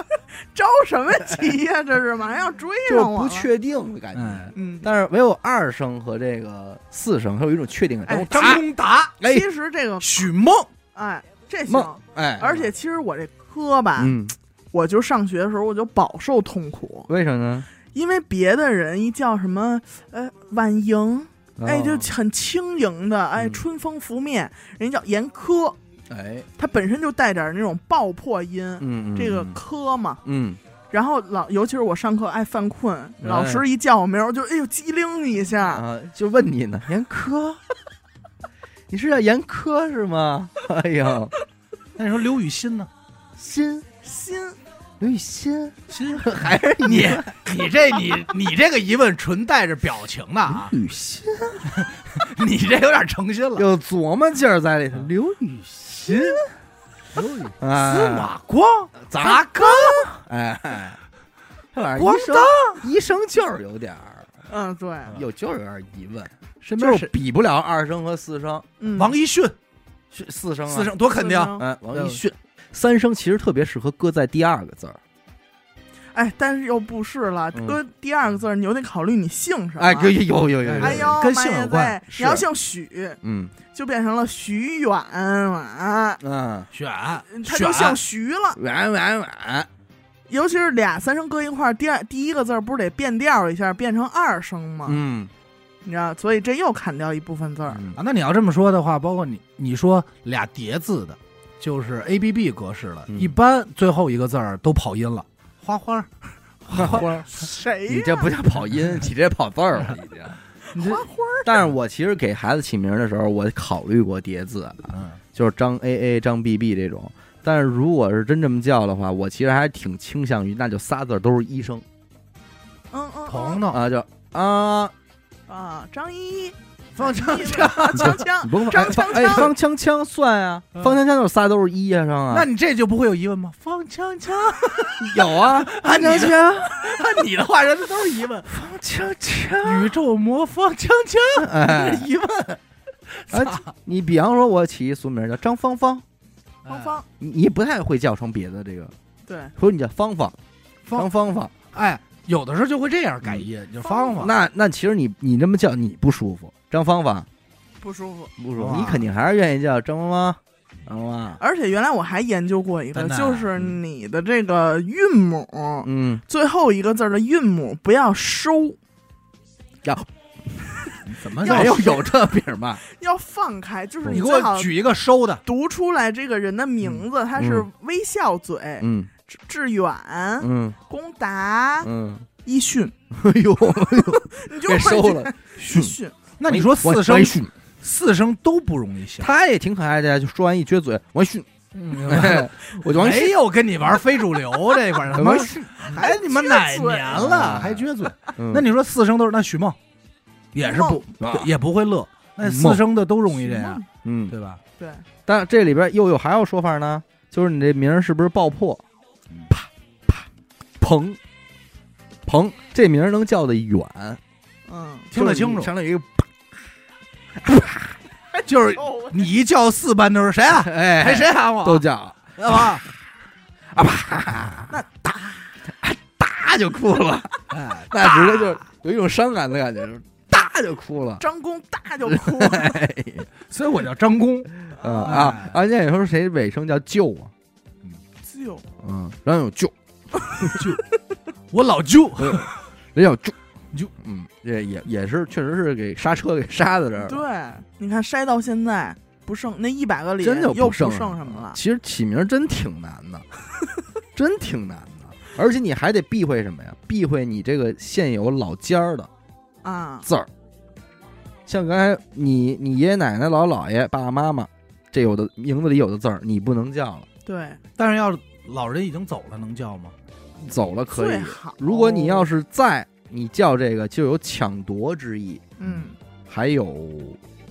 着什么急呀、这是马上要追
就是
上我
不
了。
确定的感觉。
嗯，
嗯，
但是唯有二声和这个四声，它有一种确定感。
哎
张
张
宏达、
哎
其实这个
许梦，
哎，这
梦
行。
哎，
而且其实我这科吧，
嗯，
我就上学的时候我就饱受痛苦，
为什么呢？
因为别的人一叫什么呃婉莹，哎
哦
就很轻盈的，哎
嗯
春风拂面，人家叫严苛，
哎，
它本身就带点那种爆破音，
嗯，嗯
这个
嗯
科嘛。
嗯，
然后老，尤其是我上课爱犯困，
哎
老师一叫我名儿，我就哎呦机灵一下，
啊，就问你呢，严科，你是叫严科是吗？哎呦，
那你说刘雨欣呢？
心
心
刘雨欣
欣，
还是
你 你这你你这个疑问纯带着表情的啊，
雨欣，
你这有点诚心了。
有琢磨劲儿在里头。刘雨欣，
刘雨司
啊，
马光，
砸
缸，
哎，这玩意
咣
儿一生一生就是有点儿，
嗯对，
有就是有点儿疑问，
身
就
边
是
是
比不了二声和四声，
嗯，
王一迅，
是四声啊，
四，声多肯定
四。声
哎，王一
嗯
迅，三声其实特别适合搁在第二个字儿，
哎，但是又不是了，
嗯
搁第二个字儿你又得考虑你姓什么，
哎，有有有有有，
哎呦，
跟
妈
姓
呀
有关
喂
是
你要姓许，
嗯
就变成了许远晚，
嗯，
选，
他
选
就姓徐了。
晚晚晚，
尤其是俩三声搁一块儿，第二第一个字儿不是得变调一下，变成二声吗？
嗯
你知道，所以这又砍掉一部分字儿。
嗯
啊，那你要这么说的话，包括你你说俩叠字的，就是 A B B 格式了，
嗯
一般最后一个字儿都跑音了。花花，花花，
花儿，
谁呀
你这不叫跑 音，你这跑字儿了已经。
你这
花花儿？
但是我其实给孩子起名的时候，我考虑过叠字，
嗯，
就是张 A A、张 B B 这种。但是如果是真这么叫的话，我其实还挺倾向于，那就仨字儿都是医生
嗯嗯，
彤彤，
啊，就啊，
嗯啊，张一，
方
张
强
一
强，
锵锵
你，甭
张
哎
锵
方哎
锵
方锵锵算啊，
嗯
方锵锵就是仨都是医生
那
啊，
你这就不会有疑问吗？方强强，
有 啊，
啊，你 的
锵
按 你的话，人家都是疑问。
锵锵，
宇宙魔方强强，
哎
这是疑问。
哎，你比方说，我起一俗名叫张芳芳，
芳芳，
你你不太会叫成别的这个，
对，
或者你叫芳芳，
方
张芳芳，
哎，有的时候就会这样改音，就方方。
那那其实你你这么叫你不舒服，张芳芳
不舒服。
不舒服，
哇
你肯定还是愿意叫张芳芳，张芳芳，
而且原来我还研究过一个
真，的啊
就是你的这个韵母，
嗯，
最后一个字儿的韵母不要收，
怎么
没有有这名吧？
要放开，就是
你给
最好
我举一个收的，
读出来这个人的名字，他是微笑嘴、
嗯
志志远、
啊
嗯
龚达、
嗯，
一迅，
哎 呦，
你就
给收
会
了，嗯哎
一迅，
那你说四
我
声
一训，
四声都不容易想。
他也挺可爱的呀，就说完一撅嘴，我一训，
嗯
哎 我就王
没有跟你玩非主流这 块儿，他
什
妈
么？
还你妈哪年了
嗯
还撅嘴？那
那
你说四声都是那许梦，也是不
啊
也不会乐，那四声的都容易这样，
嗯，
对吧？
对，
但这里边又有还有说法呢，就是你这名儿是不是爆破
嗯？
啪啪，彭彭，这名儿能叫得远，
嗯，
听得清
就是你
楚，
相当于
哎就是
哦，
你一叫四班都是谁啊？
哎，
谁谁喊我？
都叫
啊！
那打
大啊就哭了，
哎，
那直接就有一种伤感的感觉，就是大就哭了。
张公大 就哭，哎
哎所以我叫张工，
嗯啊，
哎
而且有时候谁尾声叫舅啊，
就
嗯，人有舅，
我老舅。
人有舅
舅，
嗯，也也也是，确实是给刹车给刹在这儿了。
对，你看筛到现在不剩那一百个里，
真就
又
不
不
剩
剩
什么
什么了。
其实起名真挺难的， 真挺难的，而且你还得避讳什么呀？避讳你这个现有老尖儿的
啊，
字儿，像刚才你你爷爷奶奶、姥姥姥爷、爸爸妈妈，这有的名字里有的字儿你不能叫了，
对，
但是要是老人已经走了，能叫吗？
走了可以
最。好。哦
如果你要是在，你叫这个就有抢夺之意，
嗯，
还有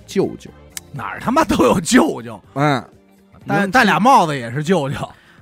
舅舅，
哪儿他妈都有舅舅，
嗯，
戴
嗯
戴俩帽子也是舅舅。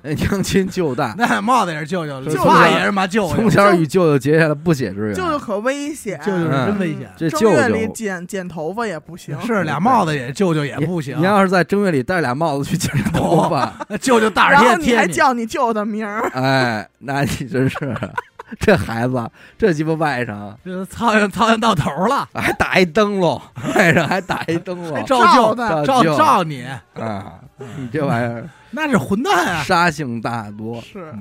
那娘亲舅大，
那帽子也是舅舅，理
从
发
小
也是妈舅舅，
从小与舅舅结下了不解之缘。
舅舅可危险，嗯
舅舅是真危险。
这舅
正月里
舅
剪剪头发也不行，
是俩帽子也舅舅也不行哦
你，要是在正月里戴俩帽子去剪头发，
那舅舅大
然后
耳贴
你
贴
还叫你舅的名儿，
哎，那你真是 这孩子，这鸡巴外甥
这苍蝇苍蝇到头了，
还打一灯笼，外甥还打一灯
还
笼
照
照
舅
的
哦照
照
舅
照你，
啊！你这玩意儿
那是混蛋啊！
杀性大多，
是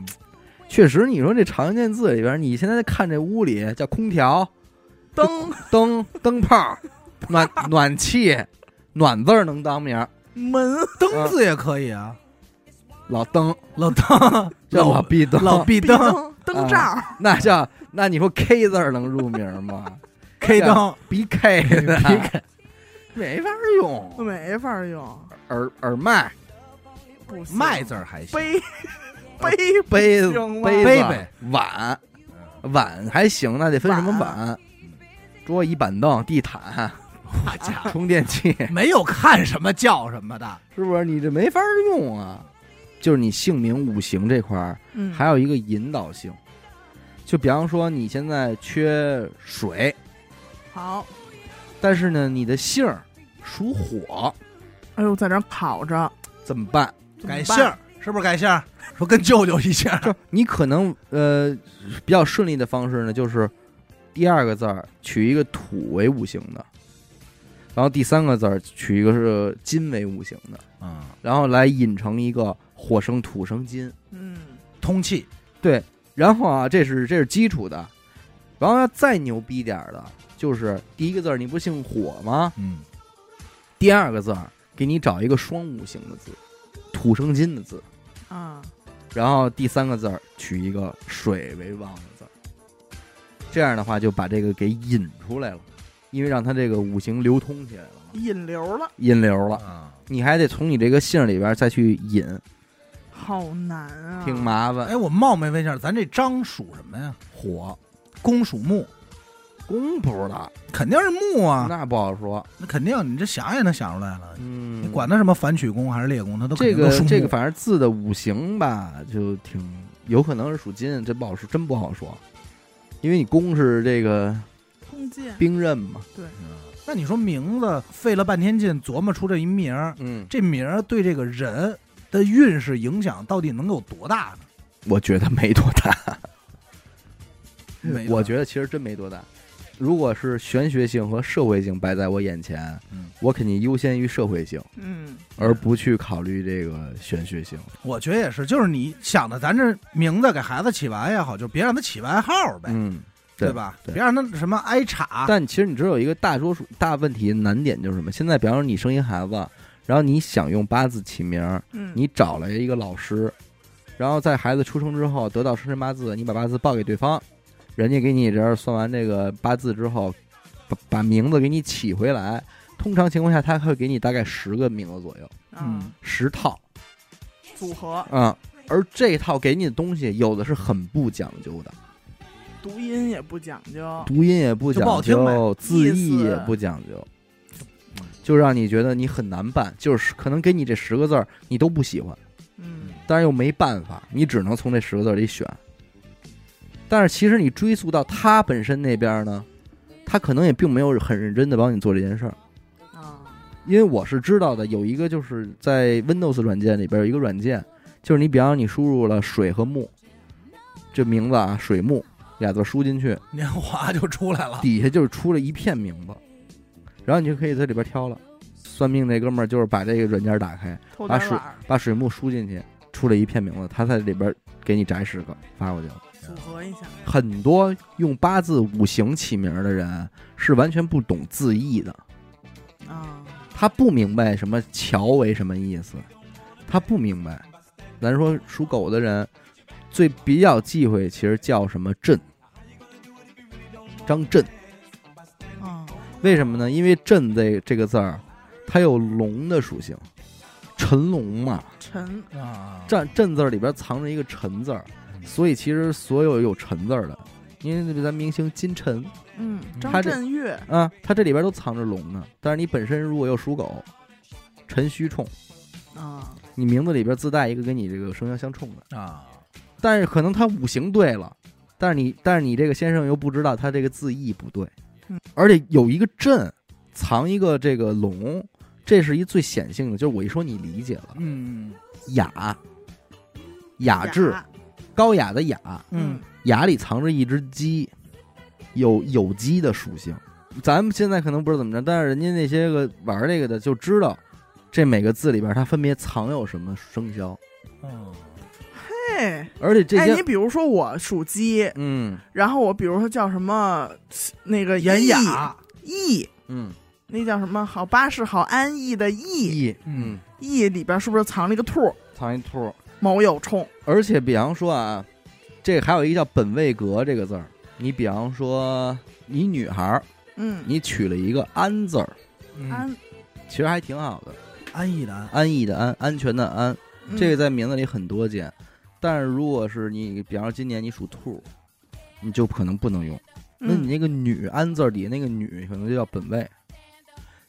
确实，你说这常见字里边，你现在看这屋里叫空调、
灯
灯、灯泡、暖暖气、暖字儿能当名儿，
门
嗯
灯字也可以啊，
老灯
老灯
叫老壁灯，
老壁
壁
灯
灯
嗯
灯罩，
那叫那你说 K 字儿能入名吗
K 灯
？B K 的
PK
没法用，
没法用，
耳耳麦、
不行
麦字儿还行，
杯杯
呃杯
不
子、
行啊了
杯
杯
子
呗、
碗、碗还行，那得分什么
碗
碗？桌椅板凳、地 毯、
好家伙，
充电器，
没有看什么叫什么的，
是不是？你这没法用啊。就是你姓名五行这块儿，
嗯
还有一个引导性。就比方说你现在缺水，
好，
但是呢，你的姓儿属火，
哎呦，在这儿烤着，
怎么办？
怎么
改
办
姓儿是不是改姓儿？说跟舅舅一姓儿，
就你可能呃比较顺利的方式呢，就是第二个字儿取一个土为五行的，然后第三个字儿取一个是金为五行的，
嗯，
然后来引成一个火生土生金。
嗯，
通气
然后啊，这是这是基础的，然后要再牛逼点儿的，就是第一个字儿你不姓火吗？
嗯，
第二个字儿给你找一个双五行的字，土生金的字，
啊，
然后第三个字儿取一个水为旺的字儿，这样的话就把这个给引出来了，因为让它这个五行流通起来了嘛，
引流了，
引流了。
啊，
你还得从你这个姓里边再去引，
好难啊，
挺麻烦。
哎，我冒昧问一下，咱这张属什么呀？
火
公属木，
公不知道，
肯定是木啊，
那不好说。
那肯定，你这想也能想出来了。
嗯，
你管他什么反曲弓还是列弓，他都肯
这
定都
个
属木
这个，反正字的五行吧，就挺有可能是属金，这不好说，真不好说。因为你公是这个
空间，
兵刃嘛，
那你说名字费了半天劲琢磨出这一名儿，
嗯，
这名儿对这个人的运势影响到底能有多大呢？
我觉得没多大。
没有
嗯我觉得其实真没多大。如果是玄学性和社会性摆在我眼前，
嗯
我肯定优先于社会性，
嗯，
而不去考虑这个玄学性。
我觉得也是，就是你想的，咱这名字给孩子起完也好，就别让他起外号呗，
嗯，
对
对
吧？
对
别让他什么挨查。
但其实你知道有一个大多数大问题难点就是什么？现在比方说你生一孩子，然后你想用八字起名儿，
嗯，
你找了一个老师，然后在孩子出生之后得到生辰八字，你把八字报给对方，人家给你这儿算完这个八字之后，把把名字给你起回来。通常情况下，他会给你大概十个名字左右，
啊
嗯，
十套，
组合
嗯。而这套给你的东西，有的是很不讲究的，
读音也不讲究，
读音也不
哦就不
讲
好听
究，
呗
字
意
义
思
也不讲究，就让你觉得你很难办。就是可能给你这十个字儿，你都不喜欢。
嗯，
但是又没办法，你只能从这十个字里选。但是其实你追溯到他本身那边呢，他可能也并没有很认真的帮你做这件事儿，
啊，
因为我是知道的，有一个就是在 Windows 软件里边有一个软件，就是你比方你输入了水和木，这名字啊水木俩字输进去，
年华就出 来了，
底下就是出了一片名字，然后你就可以在里边挑了。算命那哥们儿就是把这个软件打开，
偷
把
点
水
懒儿，
把水木输进去，出了一片名字，他在里边给你摘十个发过去了。
组合一下，
很多用八字五行起名的人是完全不懂字义的，
啊，
他不明白什么“桥”为什么意思，他不明白。咱说属狗的人最比较忌讳，其实叫什么“震”，张震。
啊，
为什么呢？因为“震”这这个字儿，它有龙的属性，辰龙嘛。
陈
啊，
震震字儿里边藏着一个辰字儿，所以其实所有有辰字儿的，因为咱明星金晨。
嗯，张
他这
震岳，
啊，它这里边都藏着龙呢。但是你本身如果又属狗，辰戌冲，
啊，
你名字里边自带一个跟你这个生肖相冲的。
啊，
但是可能他五行对了，但是你但是你这个先生又不知道他这个字义不对
嗯，
而且有一个镇藏一个这个龙，这是一最显性的，就是我一说你理解了，
嗯
雅，雅致，高雅的雅，
嗯，
雅里藏着一只鸡，有有鸡的属性。咱们现在可能不知道怎么着，但是人家那些个玩这个的就知道，这每个字里边它分别藏有什么生肖，
嗯
嘿，
而且这
哎，
些，
你比如说我属鸡，
嗯
然后我比如说叫什么那个
严
易
雅，
易，
嗯，
那叫什么好巴适好安逸的逸
意，
嗯
嗯，
逸里边是不是藏了一个兔？
藏一兔。
某有冲，
而且比方说啊，这还有一个叫本位格这个字儿，你比方说你女孩儿，
嗯，
你取了一个安字儿，
嗯
安
其实还挺好的，
安逸的安，
安逸的安，安全的安。嗯这个
个
在名字里很多见，但是如果是你，比方说今年你属兔，你就可能不能用。
嗯
那你那个女安字儿底下那个女，可能就叫本位。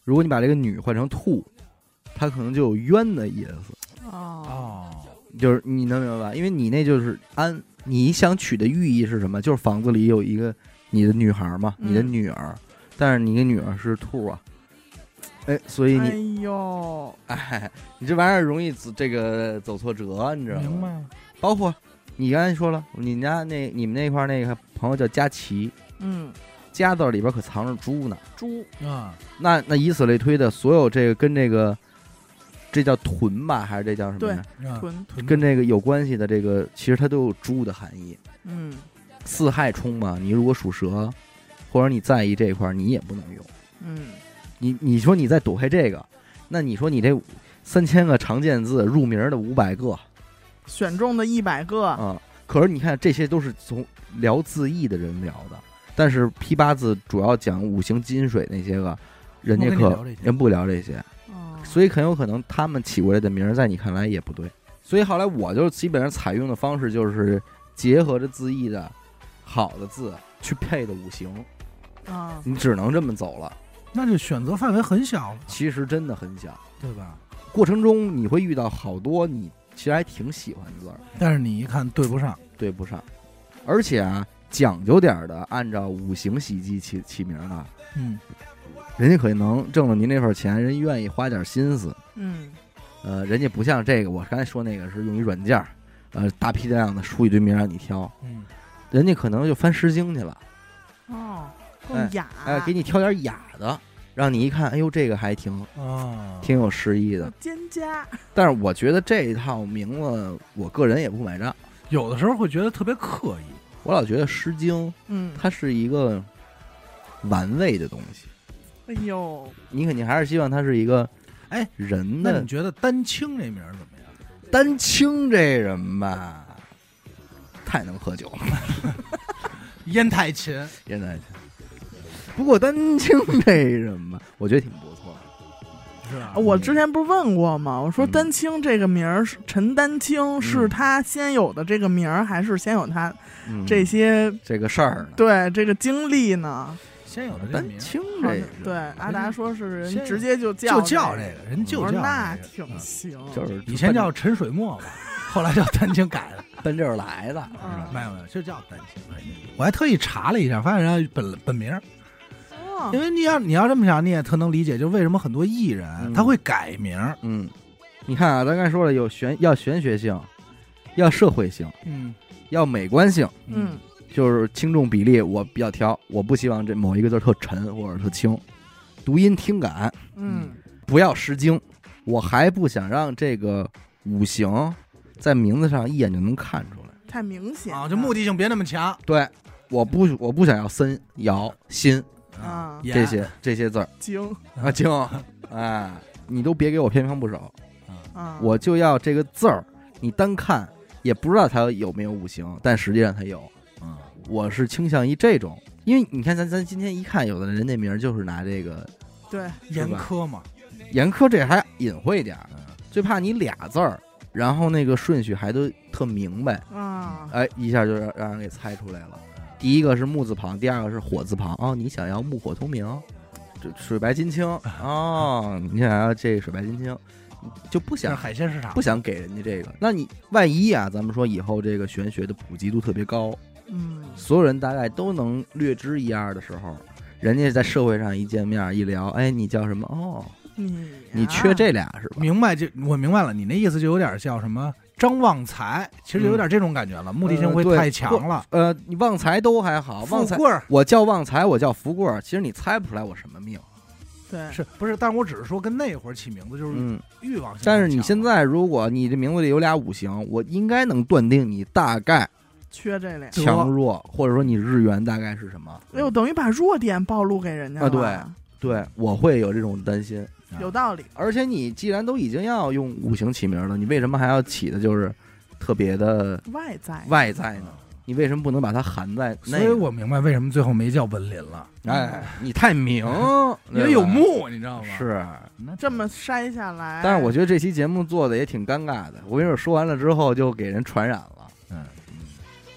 如果你把这个女换成兔，它可能就有冤的意思，
哦，
哦，
就是你能明白吧？因为你那就是安，你想取的寓意是什么？就是房子里有一个你的女孩儿嘛，
嗯
你的女儿，但是你的女儿是兔啊，哎，所以
哎
你
呦，
哎， 你这玩意儿容易走这个走错辙，你知道吗？
明白了，
包括你刚才说了，你家那你们那块儿那个朋友叫佳琪，
嗯，
佳字儿里边可藏着猪呢。
猪，
啊，
那那以此类推的，所有这个跟这个这叫豚吧，还是这叫什么呀？
啊
豚，
臀
跟这个有关系的这个，其实它都有猪的含义。
嗯
四害冲嘛，你如果属蛇，或者你在意这一块儿，你也不能用。
嗯，
你你说你在躲开这个，那你说你这三千个常见字入名儿的五百个，
啊
选中的一百个，
啊、可是你看，这些都是从聊字义的人聊的，但是批八字主要讲五行金水那些个，人家
不跟你
可
聊这些
人不聊这些，
哦
啊所以很有可能他们起过来的名儿，在你看来也不对。所以后来我就基本上采用的方式就是结合着字义的好的字去配的五行，
啊，
你只能这么走了。
那就选择范围很小了，
其实真的很小，
对吧？
过程中你会遇到好多你其实还挺喜欢的字儿。
但是你一看对不上，
对不上。而且啊，讲究点儿的，按照五行喜忌起起名的，
嗯，
人家可能挣了您这份钱，人愿意花点心思。
嗯
呃，人家不像这个，我刚才说那个是用一软件儿，呃，大批量的出一堆名让你挑，
嗯，
人家可能就翻《诗经》去了，
哦，
哎
更雅，
哎、给你挑点雅的，让你一看，哎呦，这个还挺
啊，
挺有诗意的。
蒹葭，
但是我觉得这一套名字，我个人也不买账。
有的时候会觉得特别刻意，
我老觉得《诗经》
嗯，
它是一个玩味的东西。
哎呦，
你肯定还是希望它是一个，
哎，
人
那
的
你觉得丹青这名儿怎么样？
丹青这人吧，太能喝酒了，
烟太勤，
真的。不过丹青这人吧，我觉得挺不错的。
是吧？
啊我之前不是问过吗？我说
嗯
丹青这个名儿是陈丹青，是他先有的这个名儿，还是先有他
嗯
这些
这个事儿呢，
对这个经历呢？
先有的这
丹
名儿
青这
好像
人
对，阿达说是
先
人直接就
就
叫
叫这
个，
个人就
我
叫
说那
这个
挺
嗯
行，
就是
以前叫陈水墨吧，后来叫丹青改的，
奔这儿来的，
啊
没有没有，就叫丹青。我还特意查了一下，发现人家本本名儿，
哦
因为你要你要这么想，你也特能理解，就为什么很多艺人
嗯
他会改名儿，
嗯，你看啊，咱刚才说了，有玄要玄学性，要社会性，
嗯
要美观性，
嗯，
就是轻重比例我比较挑，我不希望这某一个字儿特沉或者特轻，读音听感，
嗯
不要《诗经》，我还不想让这个五行在名字上一眼就能看出来。
太明显
啊，就目
的
的性别那么强
对，我不我不想要森、尧、辛
嗯
啊
也
这些这些字儿
经
啊，经啊，你都别给我偏旁部首，
啊，
我就要这个字儿。你单看也不知道它有没有五行，但实际上它有。
嗯
我是倾向于这种，因为你看咱咱今天一看，有的人那名儿就是拿这个
对
严苛嘛，
严苛，这还隐晦点儿，
嗯
最怕你俩字儿，然后那个顺序还都特明白。
啊，
呃
哎，一下就让让人给猜出来了。第一个是木字旁，第二个是火字旁。哦，你想要木火通明，这水白金青。哦，你想要这水白金青，就不
这是
想
海鲜市场
不，想给人家这个。那你万一啊，咱们说以后这个玄学的普及度特别高，
嗯，
所有人大概都能略知一二的时候，人家在社会上一见面一聊，哎，你叫什么？哦，
你啊
你缺这俩是吧？
明白就我明白了，你那意思就有点叫什么张旺财，其实有点这种感觉了，目的性会
呃对
太强了。
呃，你旺财都还好，旺
富
嗯
财
贵儿
我叫旺财，我叫福贵儿，其实你猜不出来我什么命。
对，
是不是？但我只是说跟那会儿起名字就是
嗯，
欲望性太强了。
但是你现在如果你这名字里有俩五行，我应该能断定你大概
缺这俩，
得
强弱，或者说你日元大概是什么。
哎呦，等于把弱点暴露给人家了，
啊对，我会有这种担心。
对
有道理，
而且你既然都已经要用五行起名了，你为什么还要起的就是特别的
外在，
外在呢？你为什么不能把它含在那
所
个？
以我明白为什么最后没叫文林了，
哎，你太明，
因
对吧
为有木，你知道吗？
是。
那
这么筛下来，
但是我觉得这期节目做的也挺尴尬的，我跟你说，说完了之后就给人传染了。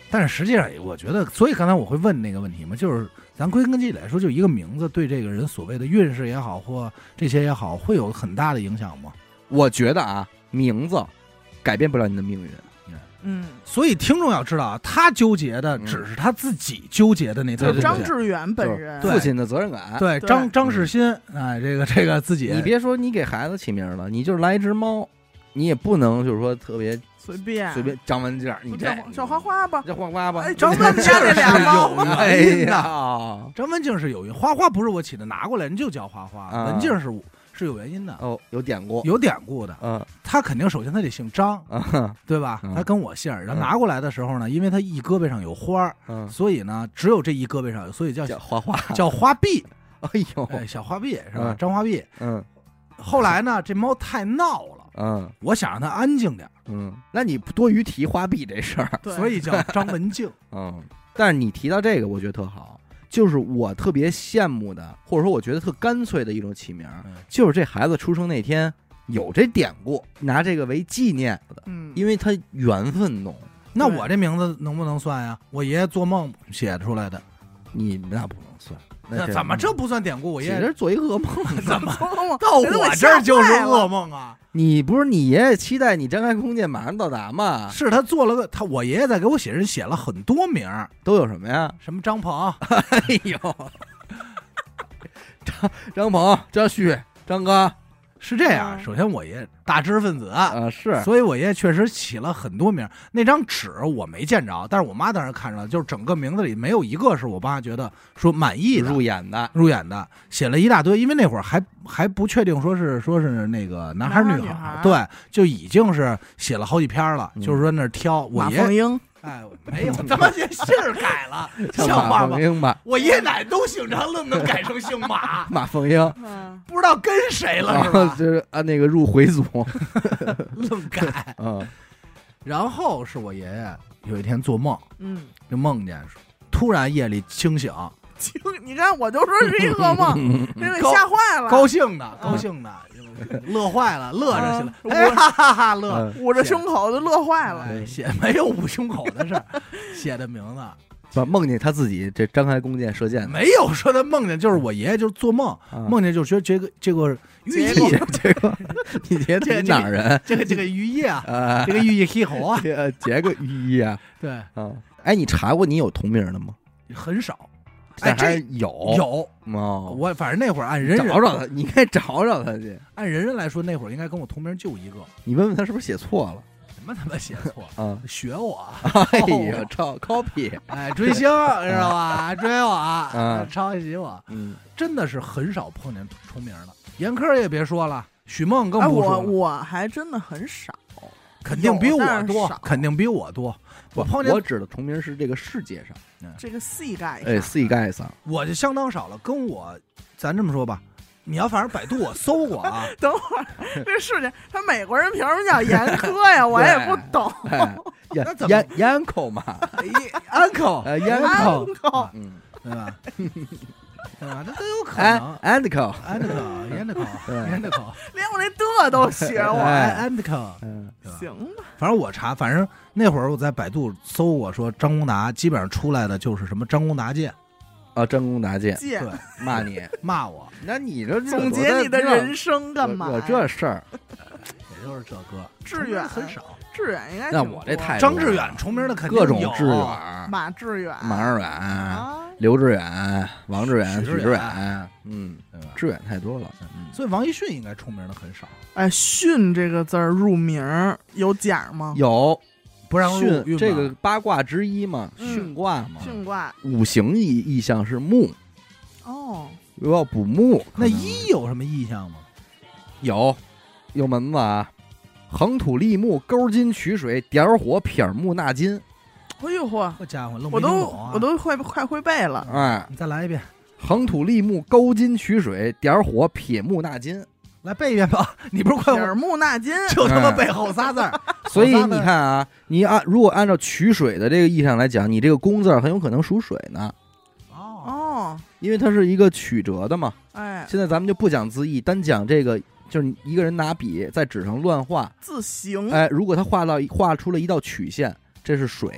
但是实际上，我觉得，所以刚才我会问那个问题嘛，就是咱归根结底来说，就一个名字对这个人所谓的运势也好，或这些也好，会有很大的影响吗？
我觉得啊，名字改变不了你的命运。
嗯，
所以听众要知道啊，他纠结的
嗯
只是他自己纠结的
对
那层
对对
东
张
西。
志远本人，
父亲的责任感。
对
对
张张世新，哎，这个这个自己，
嗯你别说你给孩子起名了，你就是来一只猫，你也不能就是说特别
随便
随便张文静儿，你
不
这
叫叫花，花吧，
这花花吧
哎，张文静儿这俩猫
就是 有
哎
原因的
呀，
张文静是有原花花不是我起的，拿过来人就叫花花，
啊
文静是是有原因的，
哦，有典故，
有典故的。
嗯
他肯定首先他得姓张，
啊
对吧？
嗯
他跟我姓儿，然后
嗯
拿过来的时候呢，因为他一胳膊上有花儿，
嗯，
所以呢，只有这一胳膊上有，所以叫
叫花花，
叫花臂，
哎
哎，
呦，
小花臂是吧？
嗯
张花臂。
嗯
后 来呢，这猫太闹了，
嗯
我想让它安静点儿，
嗯，那你不多余提花臂这事 儿，
对，
所以叫张 文静。
嗯，但是你提到这个，我觉得特好。就是我特别羡慕的，或者说我觉得特干脆的一种起名儿，
嗯
就是这孩子出生那天有这典故，拿这个为纪念的，
嗯，
因为他缘分浓。
那我这名字能不能算呀？我爷爷做梦写出来的，
你那不能算，
那怎么这不算典故？我
我
爷
爷
爷
这做一噩梦？啊
怎么
到
到我这儿就是噩梦啊！
你不是你爷爷期待你张开空间马上到达吗？
是他做了个他，我爷爷在给我写人写了很多名儿，
都有什么呀？
什么张鹏，
哎呦，张张鹏、张旭、张刚
是这样。
嗯
首先我爷爷大知识分子，
啊，是
所以我爷爷确实起了很多名儿。那张纸我没见着，但是我妈当时看着了，就是整个名字里没有一个是我爸觉得说满意的
入演的，
入眼的，写了一大堆。因为那会儿还还不确定说是说是那个男孩儿
男孩儿
女
女
孩儿，
孩儿
对，就已经是写了好几篇儿了，
嗯
就是说那儿挑。我
马
爷
凤
爷
英，
哎，没有，他妈这姓儿改了，像话
马
吗
凤？英吧，，
我爷爷奶奶都姓张，愣能改成姓马
马凤英，
嗯，
不知道跟谁了是
然后
吧？
就是按那个入回族，
愣改。
嗯
然后是我爷爷有一天做梦。
嗯，
就梦见突然夜里清醒，
清，你看我就说是一噩 梦，这给
高
吓坏了，
高兴的，高兴的，乐坏了，乐着起
嗯
来，哎哈哈哈乐。
嗯
捂着胸口就乐坏了，
哎，写没有捂胸口的事儿，写的名字
不梦见他自己这张开弓箭射箭的，
没有说他梦见，就是我爷爷就是做梦，
啊
梦见就是觉得这个这个寓
结
意，
这 个，你觉得你哪儿人？
这个这个寓意啊，
啊
这，个寓意嘿吼啊，
这个结个一啊
对，
啊！哎，你查过你有同名的吗？
很少。哎，
但还
这
是有
有
哦，
我反正那会儿按人人
找找他，你应该找找他去，
按人人来说，那会儿应该跟我同名就一个，
你问问他是不是写错了
什么他妈写错了，
啊？
学我啊。
哎呀，抄 copy，
哎，追星知道吧？追我，啊
嗯
抄袭我，
嗯，
真的是很少碰见重名的。严科也别说了，许梦更
哎，
不
我
说了，
我还真的很少，
肯定比
有
我
但是
多
少，
肯定比我多。我碰见
我指的同名是这个世界上，
这个 C 盖
哎
上，
，C guys 上
我就相当少了，跟我咱这么说吧，你要反正百度我搜过啊，
等会儿这事情，他美国人凭什么叫严苛呀？我也不懂，
哎，
那怎么哎
烟烟口嘛，
uncle，
呃烟口，
口
嗯，
对吧？对吧？这都有可
哎
安
能。
安口，
uncle uncle
对
uncle
连我那的都学我，
哎
uncle，
嗯，
对吧
行吧，
反正我查，反正那会儿我在百度搜过，说张功达基本上出来的就是什么张功达界，
啊，张弓搭箭
见
对，
骂 你，
骂我，
那你这
总结你的人生干嘛哎
我
呀？
这事儿，
也就是这歌，
志远
很少，
志远应该
那
挺
我这
多
态度
张志远重名的肯定
哎各种
有啊
志远、
马志远
马志远、
啊，
刘志远、王志远、
许
许
志
志
远
远，嗯，
对吧？
志远太多了。嗯
所以王一迅应该出名的很少，
哎，训这个字儿入名儿有奖吗？
有
不让入
巽，这个八卦之一嘛，
嗯
巽卦嘛，
训卦
五行意意象是木，
哦，
又要补木。
那
可能
一有什么意向吗？
有有门子啊，横土立木，勾金取水，点儿火，撇儿木纳金。
哎呦嚯，
好家伙，愣没
我
听
都
懂啊！
我，都会快会背了。
哎，
你再来一遍，
横土立木，勾金取水，点儿火，撇木纳金。
来背一遍吧。 你不是快
铁
我
儿木纳金，
就他妈背后仨字儿，
所以
我发
你
的
看啊，你按如果按照取水的这个意义上来讲，你这个“工”字儿很有可能属水呢，哎
哦，
哦，
因为它是一个曲折的嘛。
哎，
现在咱们就不讲字义，单讲这个，就是一个人拿笔在纸上乱画，
字形，
哎，如果他画到画出了一道曲线，这是水；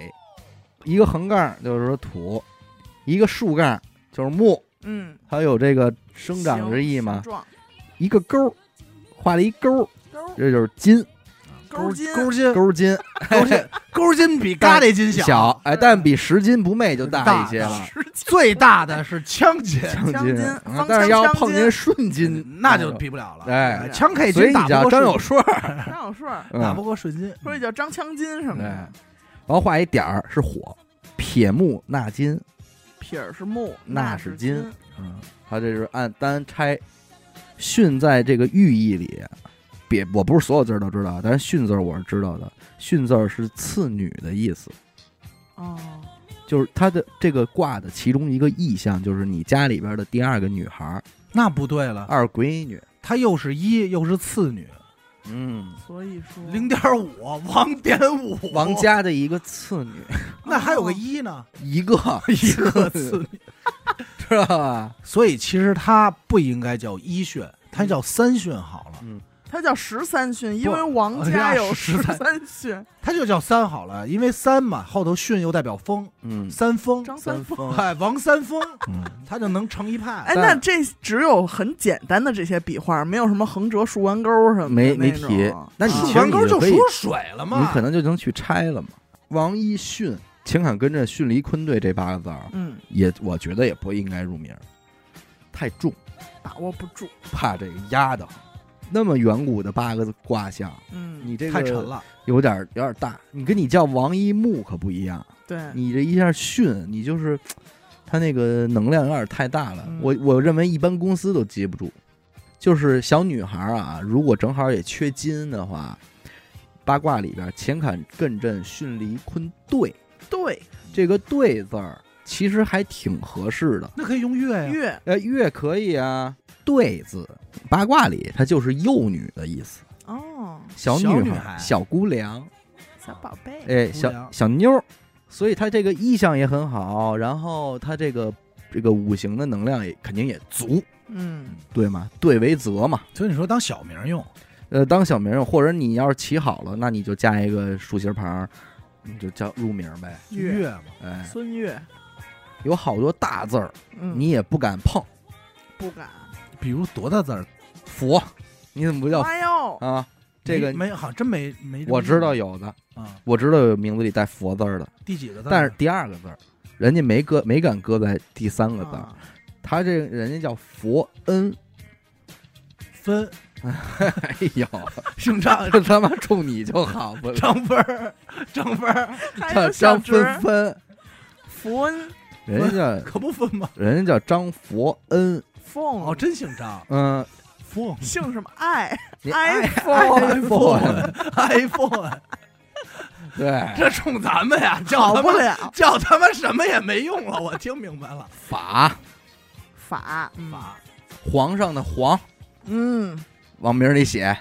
一个横杠就是说土，一个竖杠就是木，
嗯，
它有这个生长之意
形
嘛。
状
一个勾儿，画了一勾儿，
勾
这就是金，
勾筋，
勾筋
勾儿金
勾筋 勾筋比嘎喱筋
小，哎，但比十斤不昧就大一些了。
十斤
最大的是枪筋，
枪金
啊
方
但是
枪
要
枪
碰
金
见顺金，
嗯那就比不了了。
哎
枪 K
所以
金
你
打不
叫
过
张
顺
有顺儿，
张小顺儿，
嗯
打不过顺金，
说也叫张枪金什么
对，
的
然，后画一点儿是火，撇木纳金，
撇儿是木，
那
是
是金嗯，它这是按单拆。巽在这个寓意里，别我不是所有字儿都知道，但是巽字儿我是知道的。巽字儿是次女的意思，
哦，
就是它的这个卦的其中一个意象，就是你家里边的第二个女孩儿，
那不对了，
二闺女。
他又是一又是次女，
嗯，
所以说
零点五王点五，
王家的一个次女，
那还
哦
有个一 呢，
一个
一个次女。
知道吧？
所以其实它不应该叫一训，它叫三训好了，
他叫十三训，因
不
为
哦
王
哎呀
家有
十三
三训，
它就叫三好了，因为三嘛后头训又代表风，
嗯，
三风，
张三丰。
丰
哎，王三丰，
嗯，
它就能成一派。
哎，
但
那这只有很简单的这些笔画，没有什么横折、竖弯钩什么的
没没
那种
提。那你
啊
其
竖
实
完
你
钩
就
就
可以
属，水了嘛，
你可能就能去拆了嘛。王一迅，请喊跟着迅离坤队这八个字儿，
嗯，
也我觉得也不应该入名儿，太重，
把握不住，
怕这个压的。那么远古的八个字卦象，
嗯，
你这个
太沉，了。
有点有点大。你跟你叫王一木可不一样，
对，
你这一下迅，你就是他那个能量有点太大了。
嗯
我我认为一般公司都接不住。就是小女孩啊，如果正好也缺金的话，八卦里边乾坎艮震巽离坤兑
对，
这个兑字儿，其实还挺合适的。
那可以用月呀，
月
呃，月可以啊，兑字八卦里它就是幼女的意思，
哦，
小女
小
孩、
女孩
小姑娘。
小宝贝，
哎，
姑
小
娘
小妞儿，所以她这个意象也很好，然后她这个这个五行的能量也肯定也足，
嗯，
对吗？对为泽嘛，
所以你说当小名用，
呃，当小名儿，或者你要是起好了，那你就加一个竖心旁儿，你就叫入名儿呗。
月
嘛，
哎，
孙悦，
有好多大字儿，
嗯，
你也不敢碰。
不敢，
比如多大字儿？
佛，你怎么不叫
哎呦，
啊？这个
没没好像真没没这么用。
我知道有的，
啊，
我知道有名字里带佛字儿的，
第几个字儿？
但是第二个字儿，人家没搁没敢搁在第三个字儿，
啊
他这个人家叫佛恩。
分
哎呦。
姓张，
这他妈冲你就好不
张分儿，张分儿，
还
叫
有小
张
侄
芬
儿
芬，
福恩
人家
可不分吗？
人家叫张佛恩，
哦，
凤，
真姓张，
嗯，
凤
姓什么爱
你
哎
哎
iPhone
iPhone，iPhone，
对
哎这冲咱们呀，叫
好
他
不
妈
了，
叫他妈什么也没用了，我听明白了。啊
法
法嗯
法
皇上的皇，
嗯，
往名里写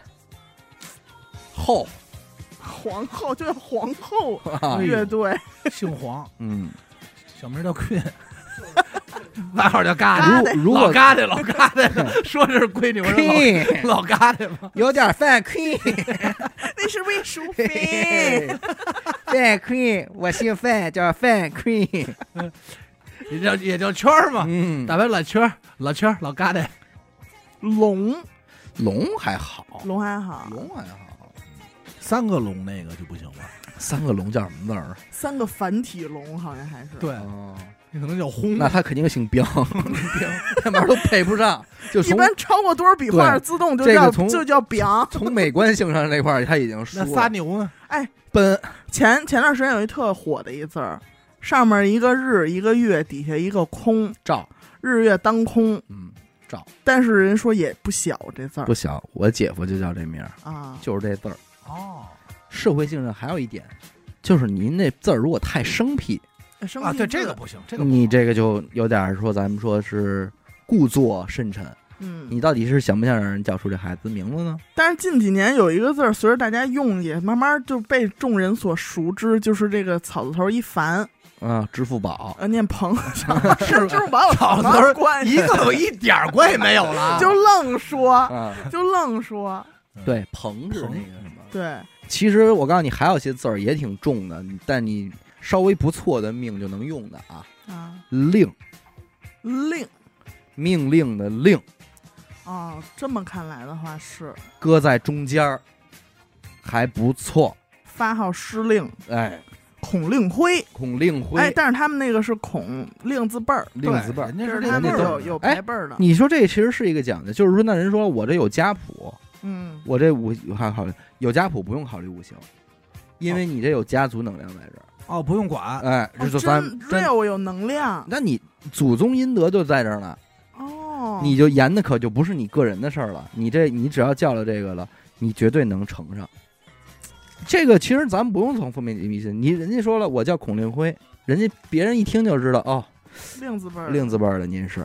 后，
皇后就是皇后
哎呦
乐队，
姓黄，
嗯，
小名叫 Queen，外号叫嘎
嘎
的，
得
如如
老
果
嘎的，老嘎的，说这是闺女，我说
Queen
老老嘎的吗？
有点犯 Queen，
那是魏淑
嘿
芬
嘿。嘿犯 Queen，我姓范，叫范 Queen，
也叫也叫圈儿嘛，
嗯，
打白老圈儿、老圈儿、老疙瘩。
龙
龙还好，
龙还好，
龙还好，
三个龙那个就不行了，
三个龙叫什么字儿？
三个繁体龙好像还是
对，
哦，
那可能叫轰。
那他肯定姓 彪，那玩意儿都配不上，就
一
从
般超过多少笔画
对
自动就
这个
叫
从
就叫表。
从美观性上这块儿他已经输
那仨
了。
牛呢？
奔
前前段时间有一特火的一字儿，上面一个日一个月，底下一个空，
赵，
日月当空。
嗯，
但是人说也不小这字儿
不小，我姐夫就叫这名儿，
啊，
就是这字儿。
哦，
社会性上还有一点，就是您那字儿如果太生僻，
生
啊，
僻
对
字
这个不行，这个不
你
好
这个就有点儿说咱们说是故作深沉。
嗯，
你到底是想不想让人叫出这孩子名字呢？
但是近几年有一个字儿，随着大家用也慢慢就被众人所熟知，就是这个草字头一凡，
啊，支付宝，
呃，念 鹏，是支付宝有
草字
什么
头
关 系
一个有一点儿关系没有 了，
就愣说，
啊，
就愣说，
对，鹏是那
鹏
个什么？
对，
其实我告诉你，还有些字儿也挺重的，但你稍微不错的命就能用的啊。
啊，
令，
令
命令的令，
哦，这么看来的话是
搁在中间儿，还不错。
发号施令
哎，
孔令辉，
孔令辉，
哎，但是他们那个是孔令字辈儿，
令字辈儿
对。人家
就是是
这
他
人家
们
都
有有
哎
排辈儿的，
你说这其实是一个讲究，就是说，那人说我这有家谱，
嗯，
我这五还考虑有家谱不用考虑五行，因为你这有家族能量在这儿。
哦，不用管，
哎，
哦
这就咱
真
真，
real 有能量
那你祖宗阴德就在这儿呢。
哦，
你就严的可就不是你个人的事儿了，你这你只要叫了这个了，你绝对能承上。这个其实咱们不用从负面迷信，你人家说了，我叫孔令辉，人家别人一听就知道哦，
令字辈儿，
令字辈儿的您是，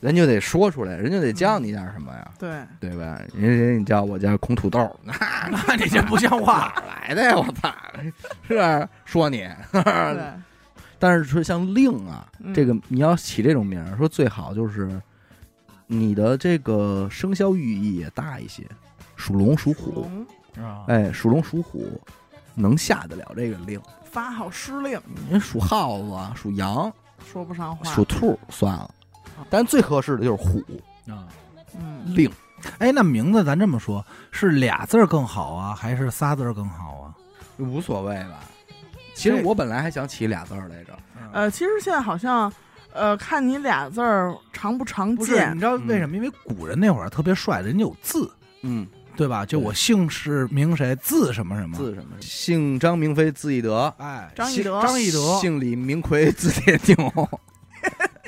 人就得说出来，人就得叫你点什么呀，
对，
啊
对吧？人家人家你叫我叫孔土 豆，那
那你这不像 话。
哪来的呀？我操， 是吧？说你，
对，
但是说像令啊，
嗯
这个你要起这种名儿，说最好就是你的这个生肖寓意也大一些，属龙属虎，
龙啊
哎，
哎，属龙属虎能下得了这个令。
发号施令
你属耗子、啊属羊、
说不上话，
属兔算了
啊，
但最合适的就是虎
啊
嗯，
令。
哎，那名字咱这么说，是俩字儿更好啊，还是仨字儿更好啊？
无所谓吧。其实
这
我本来还想起俩字儿来着，
呃，其实现在好像，呃，看你俩字儿常不常
不是，
见
你，知道为什么？因为古人那会儿特别帅，人家有字，
嗯，
对吧？就我姓氏名谁，字什么什么。
字什么？姓张名飞，字翼德；
哎，
张
姓
翼德
张翼德，
姓李名逵，字铁牛，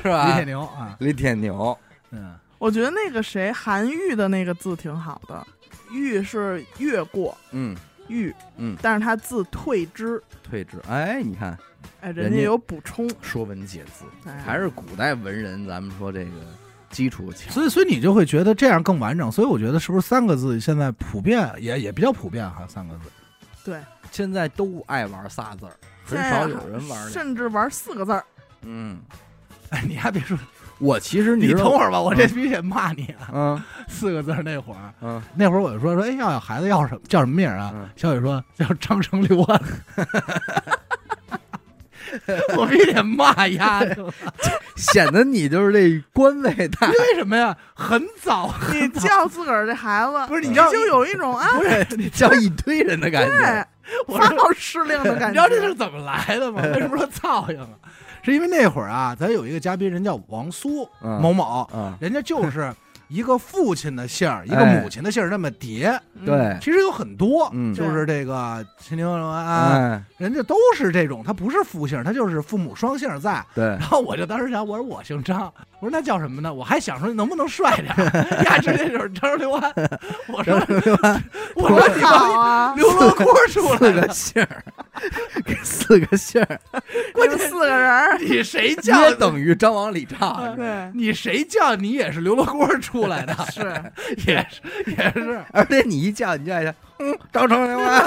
是吧？
李铁牛啊，
李铁牛，
嗯，
我觉得那个谁韩愈的那个字挺好的，愈是越过
嗯，
愈，
嗯
但是他字退之，
退之。哎，你看，
哎，
人
人家
家
有补充，
说文解字，
哎
还是古代文人，咱们说这个基础强。
所以所以你就会觉得这样更完整。所以我觉得是不是三个字现在普遍也也比较普遍哈、三个字。
对，
现在都爱玩仨字儿，啊很
现在
少有人玩俩。
甚至玩四个 字儿，
嗯，
哎，你还别说，
我其实
你
知
等
道，
会儿吧，我这必须得骂你啊！
嗯
四个字儿那会儿，
嗯，
那会儿我就说说，哎，要有孩子要什么叫什么名儿啊
嗯？
小雨说叫张成刘啊安。 我必须得骂丫的，
显得你就是这官位大。
为什么呀？很早，啊
你叫自个儿这孩子，
不是你
你
知道
就有一种啊，
不是你
叫一堆人的感觉，
对，
我
发
是
号施令的
你
感
知
觉，
道这是怎么来的吗？ 为什么说操性啊？是因为那会儿啊，咱有一个嘉宾，人叫王苏
嗯
某某，
啊，
人家就是一个父亲的姓儿，一个
哎
母亲的姓儿，那么叠。
嗯
对，
其实有很多，
嗯
就是这个秦岭啊，
哎，
人家都是这种，他不是父姓，他就是父母双姓在。
对
然，后我就当时想，我说我姓张，我说那叫什么呢？我还想说能不能帅点儿，呀，直接就是张刘安。我说我说你
好
把
啊，
刘罗锅出
四
来了
个，姓儿，给四个姓儿，
关键四个人儿，嗯
你谁叫
也等于张王李赵。
对，
你谁叫你也是刘罗锅出来 的，
是，
也是也是，
而且你一叫，你叫一下，嗯，张成刘安，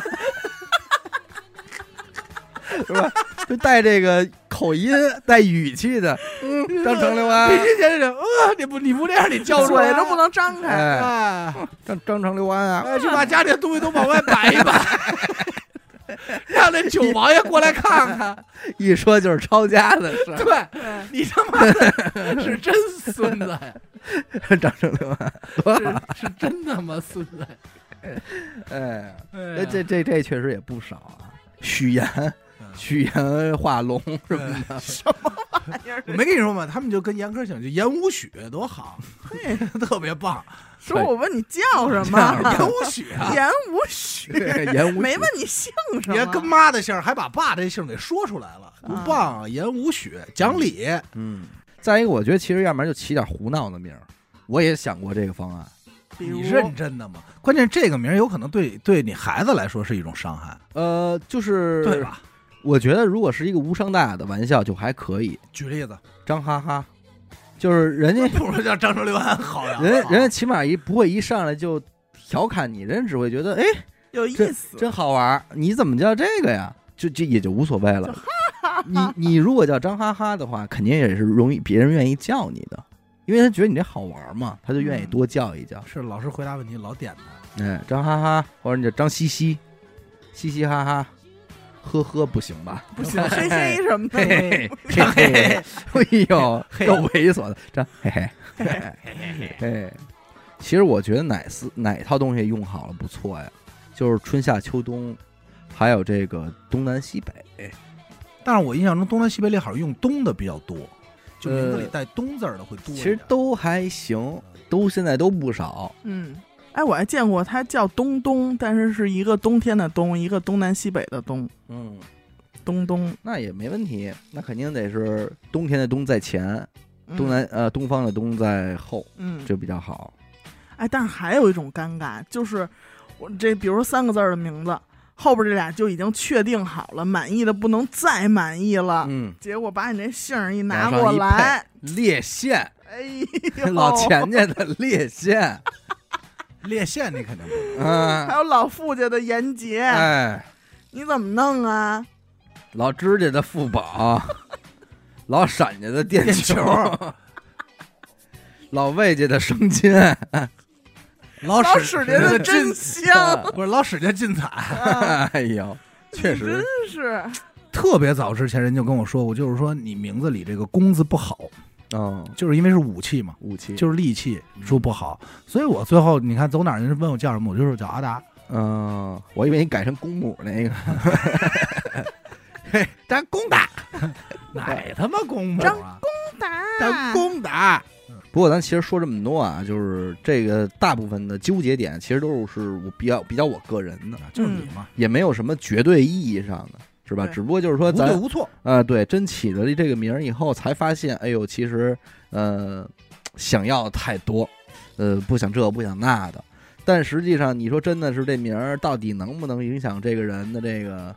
是吧？就带这个口音、带语气的，嗯，张成刘安
必，须先生，呃，你不你不这样，你叫出来
嘴都不能张开，
啊哎，
啊哎，
张张成刘安啊，
哎，就把家里的东西都往外摆一摆。 让那九王爷过来看看。
一说就是抄家的事儿。
对你他妈的是真孙子呀，
掌声留下。
是是真他妈孙子呀！
哎，这
哎呀
这这这确实也不少啊。许岩
嗯，
许岩画龙什么的，
我没跟你说吗？他们就跟严科请，就严无许多好， 嘿，特别棒。
说我问你叫什
叫什
么？
严无许啊，
言无 许，
言无
没问你姓什
别跟
么。
妈的姓儿，还把爸这姓儿给说出来了，不
啊
棒啊！严无许讲理，
嗯，再一个，我觉得其实要不然就起点胡闹的名儿，我也想过这个方案。
比如
你认真的吗？关键这个名儿有可能对对你孩子来说是一种伤害，
呃，就是
对吧？
我觉得如果是一个无伤大雅的玩笑就还可以，
举例子，
张哈哈，就是人家
不如叫张成刘安好呀。
人
好
人家起码一不会一上来就调侃你，人家只会觉得哎
有意思，
真好玩儿，你怎么叫这个呀？就就也就无所谓了。你你如果叫张哈哈的话，肯定也是容易别人愿意叫你的，因为他觉得你这好玩儿嘛，他就愿意
嗯
多叫一叫。
是老师回答问题老点他，
哎，张哈哈，或者你叫张嘻嘻，嘻嘻哈哈，呵呵不行 吧？
不行，嘿嘿什么的，
嘿嘿嘿，哎呦，够猥琐的，张嘿嘿嘿嘿。其实我觉得哪四哪套东西用好了不错呀，就是春夏秋冬，还有这个东南西北。
但是我印象中东南西北里好像用东的比较多，就名字里
呃
带东字儿的会多一点。呃
其实都还行，都现在都不少。
嗯。哎，我还见过他叫东东，但是是一个冬天的冬，一个东南西北的东，
嗯，
东东。
那也没问题，那肯定得是冬天的冬在前，
嗯
东，南呃东方的东在后，
嗯，
这比较好。
哎，但是还有一种尴尬，就是我这比如说三个字儿的名字，后边这俩就已经确定好了，满意的不能再满意了。
嗯，
结果把你这姓儿一拿
往上
过
一
来，
列县，
哎 呦，
老钱家的列县，
列县你肯定不能，
嗯
还， 有老傅家的严杰，
哎，
你怎么弄啊？
老支家的富宝，老闪家的电
电
球
球，
老魏家的生津，
老
老
史
史觉得真香，
不是老史家进彩，
哎呦，啊确实
真是
特别早之前人就跟我说过，就是说你名字里这个“工”字不好，
嗯，
就是因为是武器嘛，
武器
就是利器，说不好。所以我最后你看走哪儿人问我叫什么，我就说叫阿达。
嗯，我以为你改成公母那个，嘿，咱公打，
哪他妈公母
张
啊？
大
咱公打。不过咱其实说这么多啊，就是这个大部分的纠结点，其实都是我比较比较我个人的，
啊就是你嘛，
也没有什么绝对意义上的，是吧？
对
只不过就是说
无
咱
对无错。
啊，对，真起了这个名儿以后，才发现，哎呦，其实，呃，想要的太多，呃，不想这不想那的。但实际上，你说真的是这名儿到底能不能影响这个人的这个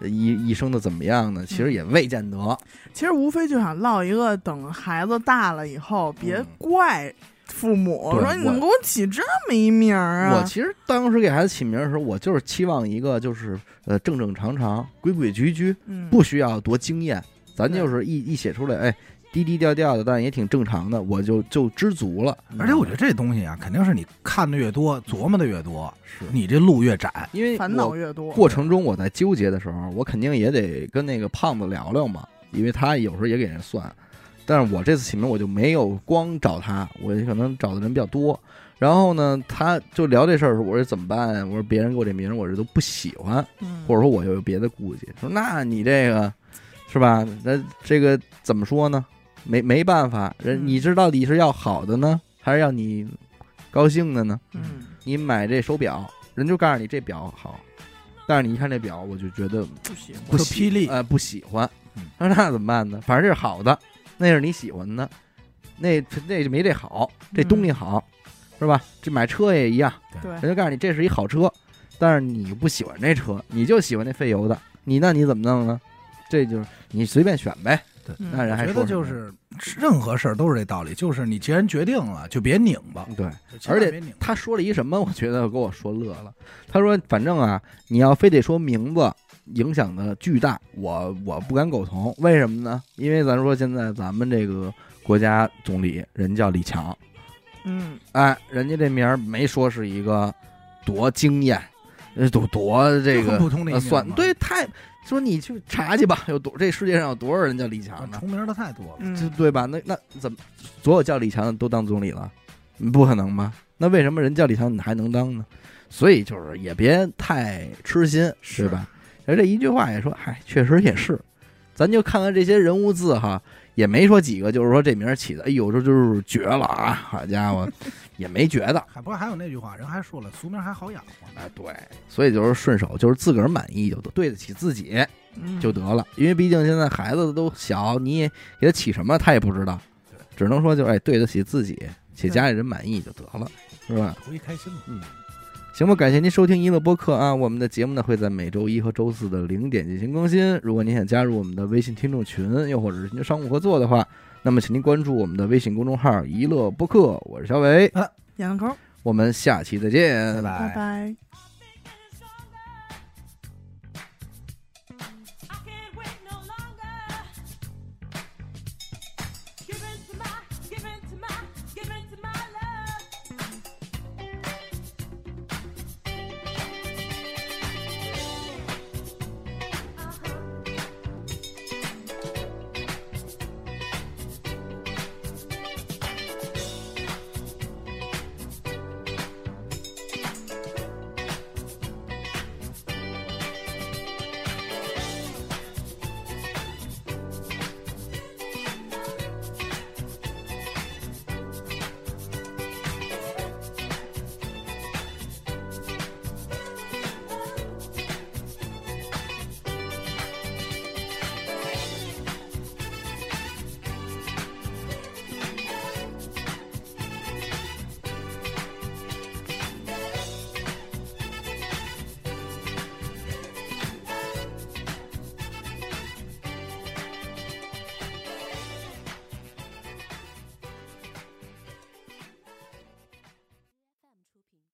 呃一一生的怎么样呢？其实也未见得。
其实无非就想落一个，等孩子大了以后，别怪父母、
嗯对
说你怎么
我
给我起这么一名儿
我
啊？
其实当时给孩子起名儿的时候，我就是期望一个就是呃正正常常、规规矩矩，
嗯，
不需要多惊艳，咱就是一一写出来，哎，低低调调的，但也挺正常的，我就就知足了。
嗯
而且我觉得这东西啊，肯定是你看的越多，琢磨的越多，
是
你这路越窄。
因为
烦
我
恼越多，
过程中我在纠结的时候，我肯定也得跟那个胖子聊聊嘛，因为他有时候也给人算。但是我这次起名我就没有光找他，我可能找的人比较多。然后呢，他就聊这事儿的时候，我说怎么办呀？我说别人给我这名儿，我这都不喜欢，
嗯
或者说我又有别的顾忌。说那你这个是吧？那这个怎么说呢？没没办法，人
嗯
你这到底是要好的呢，还是要你高兴的呢？
嗯，
你买这手表，人就告诉你这表好，但是你一看这表，我就觉得
不行，
不
特
喜
霹雳
呃，不喜欢
嗯。
那那怎么办呢？反正这是好的，那是你喜欢的，那那就没这好，这东西好，是吧？这买车也一样，
嗯对
人，家告诉你这是一好车，但是你不喜欢这车，你就喜欢那费油的，你那你怎么弄呢？这就是你随便选呗，
嗯
那人还
觉
说
得就
什么
是任何事儿都是这道理，就是你既然决定了，就别拧巴，
嗯对。
就千
而
万
且
别拧巴。
他说了一什么，我觉得给我说乐了。他说：“反正啊，你要非得说名字影响的巨大，我我不敢苟同。为什么呢？因为咱说现在咱们这个国家总理人叫李强，
嗯
哎，人家这名儿没说是一个多惊艳，呃多多这
就
个
很普通的一
呃
面
算
嘛
对太说你去查去吧，有多这世界上有多少人叫李
啊
强呢？
重名的太多了。
这
嗯，
对吧？那那怎么所有叫李强的都当总理了？不可能吧？那为什么人叫李强你还能当呢？所以就是也别太痴心，
是
对吧？而这一句话也说，嗨，确实也是，咱就看看这些人物字哈，也没说几个，就是说这名儿起的，哎呦，这就是绝了啊！好家伙， 也没觉得。
还不是还有那句话，人还说了，俗名还好养活呢。
哎，对，所以就是顺手，就是自个儿满意就得，对得起自己
嗯
就得了。因为毕竟现在孩子都小，你也给他起什么他也不知道，只能说就哎对得起自己，且家里人满意就得了，是吧？
图一开心嘛。
行吧，感谢您收听一乐播客啊！我们的节目呢会在每周一和周四的零点进行更新。如果您想加入我们的微信听众群，又或者是您的商务合作的话，那么请您关注我们的微信公众号“一乐播客”，我是小伟，
眼子抠，
我们下期再见，
拜
拜拜。